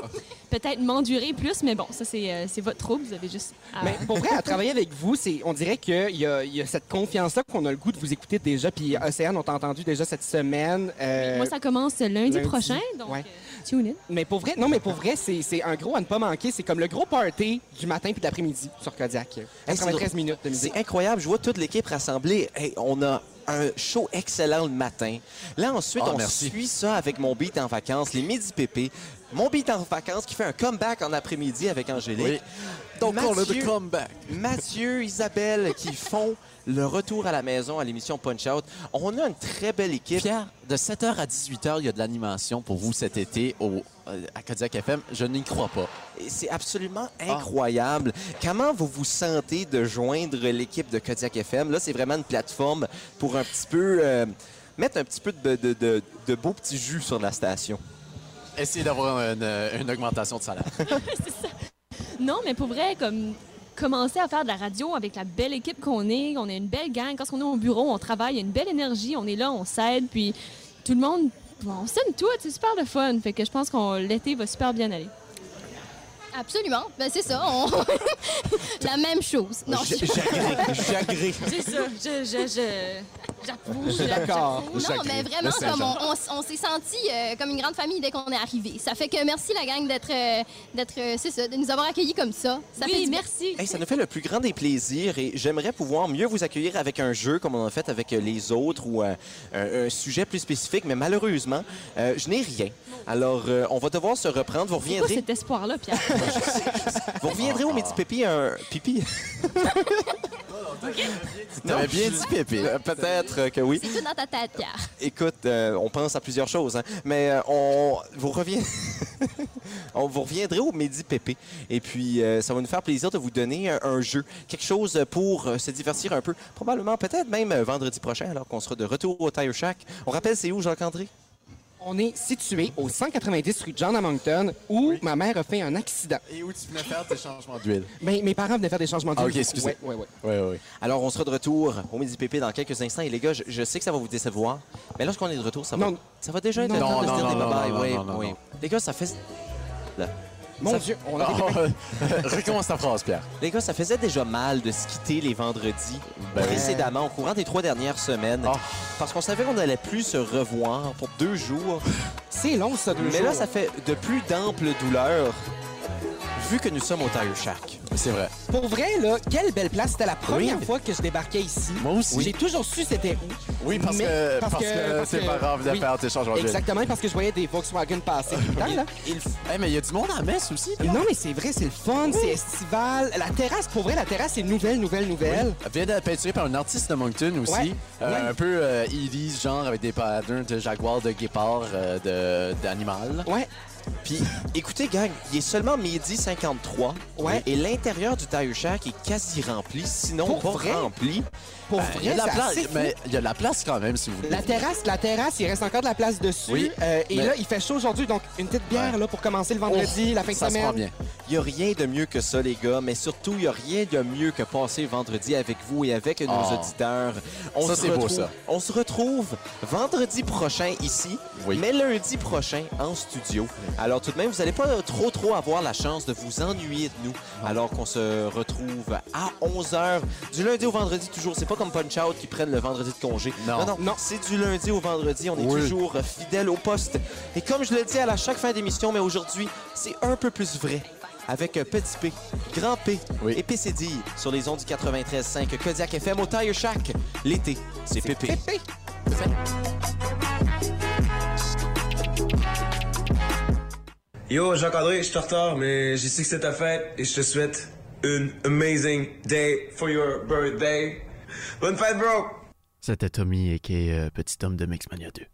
Speaker 15: Peut-être m'endurer plus, mais bon, ça, c'est euh, c'est votre trouble. Vous avez juste à...
Speaker 4: Mais pour vrai, à travailler avec vous, c'est, on dirait qu'il y a, il y a cette confiance-là qu'on a le goût de vous écouter déjà. Puis Océane, on t'a entendu déjà cette semaine. euh,
Speaker 15: Moi, ça commence lundi,
Speaker 4: lundi.
Speaker 15: prochain, donc
Speaker 4: Ouais.
Speaker 15: euh, tune in.
Speaker 4: Mais pour vrai, non, mais pour vrai, c'est, c'est un gros à ne pas manquer. C'est comme le gros party du matin puis de l'après-midi sur Kodiak.
Speaker 1: Hey, c'est
Speaker 4: 93
Speaker 1: drôle.
Speaker 4: minutes de musique.
Speaker 1: C'est incroyable, je vois toute l'équipe rassemblée. Hey, on a un show excellent le matin. Là, ensuite,
Speaker 4: Ah,
Speaker 1: on
Speaker 4: merci.
Speaker 1: suit ça avec Mon Beat en vacances, les Midi Pépé. Mon Beat en vacances qui fait un comeback en après-midi avec Angélique.
Speaker 6: Oui.
Speaker 1: Donc,
Speaker 6: Call it a
Speaker 1: Mathieu,
Speaker 6: comeback.
Speaker 1: Mathieu, Isabelle qui font le retour à la maison à l'émission Punch Out. On a une très belle équipe.
Speaker 6: Pierre, de 7h à 18h, il y a de l'animation pour vous cet été au, euh, à Kodiak FM. Je n'y crois pas.
Speaker 1: Et C'est absolument incroyable. Comment vous vous sentez de joindre l'équipe de Kodiak FM? Là, c'est vraiment une plateforme pour un petit peu... euh, mettre un petit peu de, de, de, de beau petit jus sur la station.
Speaker 6: Essayez d'avoir une, euh, une augmentation de salaire.
Speaker 15: Non, mais pour vrai, comme commencer à faire de la radio avec la belle équipe qu'on est, on est une belle gang. Quand on est au bureau, on travaille, il y a une belle énergie, on est là, on s'aide, puis tout le monde, bon, on s'aime tout, c'est super le fun. Fait que je pense qu'on l'été va super bien aller.
Speaker 22: Absolument. Ben, c'est ça. on- La même chose. Non, je-
Speaker 1: J'agrée.
Speaker 15: C'est ça, je, je, je, j'approuve. je-
Speaker 22: D'accord.
Speaker 15: j'approuve.
Speaker 22: Non, mais vraiment, comme on, on s- on s'est senti euh, comme une grande famille dès qu'on est arrivé. Ça fait que merci la gang d'être, euh, d'être, euh, c'est ça, de nous avoir accueillis comme ça. ça
Speaker 15: Oui,
Speaker 22: fait du bien.
Speaker 15: merci.
Speaker 1: Hey, ça nous fait le plus grand des plaisirs et j'aimerais pouvoir mieux vous accueillir avec un jeu comme on a fait avec euh, les autres ou euh, un, un sujet plus spécifique, mais malheureusement, euh, je n'ai rien. Alors, euh, on va devoir se reprendre. Vous
Speaker 15: C'est quoi
Speaker 1: reviendrez,
Speaker 15: cet espoir-là, Pierre?
Speaker 1: vous reviendrez au Midi Pépi un pipi.
Speaker 6: T'avais bien dit
Speaker 1: Pépi. Peut-être euh, que oui.
Speaker 22: C'est tout dans ta tête, Pierre.
Speaker 1: Écoute, euh, on pense à plusieurs choses, hein, mais euh, on vous revient, on vous reviendrait au Midi Pépé, et puis euh, ça va nous faire plaisir de vous donner un, un jeu, quelque chose pour euh, se divertir un peu, probablement peut-être même euh, vendredi prochain, alors qu'on sera de retour au Tire Shack. On rappelle, c'est où Jacques-André
Speaker 4: On est situé au 190 rue John à Moncton où ma mère a fait un accident.
Speaker 6: Et où tu venais faire tes changements d'huile?
Speaker 4: Ben, mes parents venaient faire des changements de
Speaker 1: Ah,
Speaker 4: vie.
Speaker 1: ok, excusez.
Speaker 4: Ouais, ouais, ouais.
Speaker 1: Alors on sera de retour au Midi Pépé dans quelques instants, et les gars, je, je sais que ça va vous décevoir, mais lorsqu'on est de retour, ça va, ça va déjà être
Speaker 6: Non,
Speaker 1: le temps de
Speaker 6: non,
Speaker 1: se dire
Speaker 6: non,
Speaker 1: des
Speaker 6: non,
Speaker 1: bye-bye,
Speaker 6: non,
Speaker 1: oui,
Speaker 6: non, non,
Speaker 1: oui.
Speaker 6: non.
Speaker 1: Les gars, ça fait... Là. Mon
Speaker 4: Dieu, on a
Speaker 1: Oh,
Speaker 23: Recommence ta phrase, Pierre.
Speaker 1: Les gars, ça faisait déjà mal de se quitter les vendredis
Speaker 23: Ben oui.
Speaker 1: précédemment, au courant des trois dernières semaines.
Speaker 6: Ah.
Speaker 1: Parce qu'on savait qu'on n'allait plus se revoir pour deux jours.
Speaker 4: C'est long, ça, deux
Speaker 1: Mais
Speaker 4: jours.
Speaker 1: là, ça fait de plus d'amples douleurs, vu que nous sommes au Tire Shack.
Speaker 23: C'est vrai.
Speaker 4: Pour vrai, là, quelle belle place. C'était la première
Speaker 1: Oui.
Speaker 4: fois que je débarquais ici. Moi
Speaker 1: aussi.
Speaker 4: J'ai toujours su c'était où.
Speaker 6: Oui, parce que- parce que c'est pas grave de faire tes changements de ville.
Speaker 4: Exactement, parce que je voyais des Volkswagen passer tout le temps, là.
Speaker 6: mais il y a du monde à Metz aussi.
Speaker 4: Non, mais c'est vrai, c'est le fun, c'est estival. La terrasse, pour vrai, la terrasse est nouvelle, nouvelle, nouvelle.
Speaker 6: Vient d'être peinturé par un artiste de Moncton aussi.
Speaker 4: Ouais,
Speaker 6: Euh,
Speaker 4: ouais.
Speaker 6: Un peu euh, Elise, genre avec des patterns de jaguar, de guépard, euh, de- d'animal.
Speaker 4: Ouais.
Speaker 1: Puis, écoutez, gang, il est seulement midi 53.
Speaker 4: Ouais.
Speaker 1: Et l'intérieur du Tire Shack est quasi rempli, sinon
Speaker 4: Pour
Speaker 1: pas
Speaker 4: vrai?
Speaker 1: rempli.
Speaker 4: Pour
Speaker 1: Euh,
Speaker 4: vrai,
Speaker 1: il y a de la
Speaker 4: c'est
Speaker 1: place,
Speaker 4: assez fou.
Speaker 1: mais-
Speaker 6: Il y a de la place quand même, si vous voulez.
Speaker 4: La terrasse, la terrasse, il reste encore de la place dessus.
Speaker 1: Oui,
Speaker 4: Euh, et
Speaker 1: mais-
Speaker 4: là, il fait chaud aujourd'hui, donc une petite bière là pour commencer le vendredi, la fin de semaine.
Speaker 1: Il n'y a rien de mieux que ça, les gars, mais surtout, il n'y a rien de mieux que passer le vendredi avec vous et avec nos
Speaker 4: Ah.
Speaker 6: Oh.
Speaker 1: auditeurs.
Speaker 6: Ça,
Speaker 1: se
Speaker 6: c'est beau,
Speaker 1: retrouve-
Speaker 6: ça.
Speaker 1: On se retrouve vendredi prochain ici, mais lundi prochain en studio. Alors, tout de même, vous n'allez pas trop, trop avoir la chance de vous ennuyer de nous, alors qu'on se retrouve à 11h, du lundi au vendredi toujours. C'est pas comme Punch-Out qui prennent le vendredi de congé. Non, non, c'est du lundi au vendredi. On est
Speaker 6: Oui.
Speaker 1: toujours fidèle au poste. Et comme je le dis à la chaque fin d'émission, mais aujourd'hui, c'est un peu plus vrai. Avec un petit P, grand P et PCD sur les ondes du 93.5 Kodiak FM au Tire Shack. L'été, c'est pépé.
Speaker 24: Yo, Jacques-André, je te retard, mais je sais que c'est ta fête et je te souhaite une amazing day for your birthday. Bonne fête, bro!
Speaker 25: C'était Tommy et qui est Petit Homme de Mixmania 2.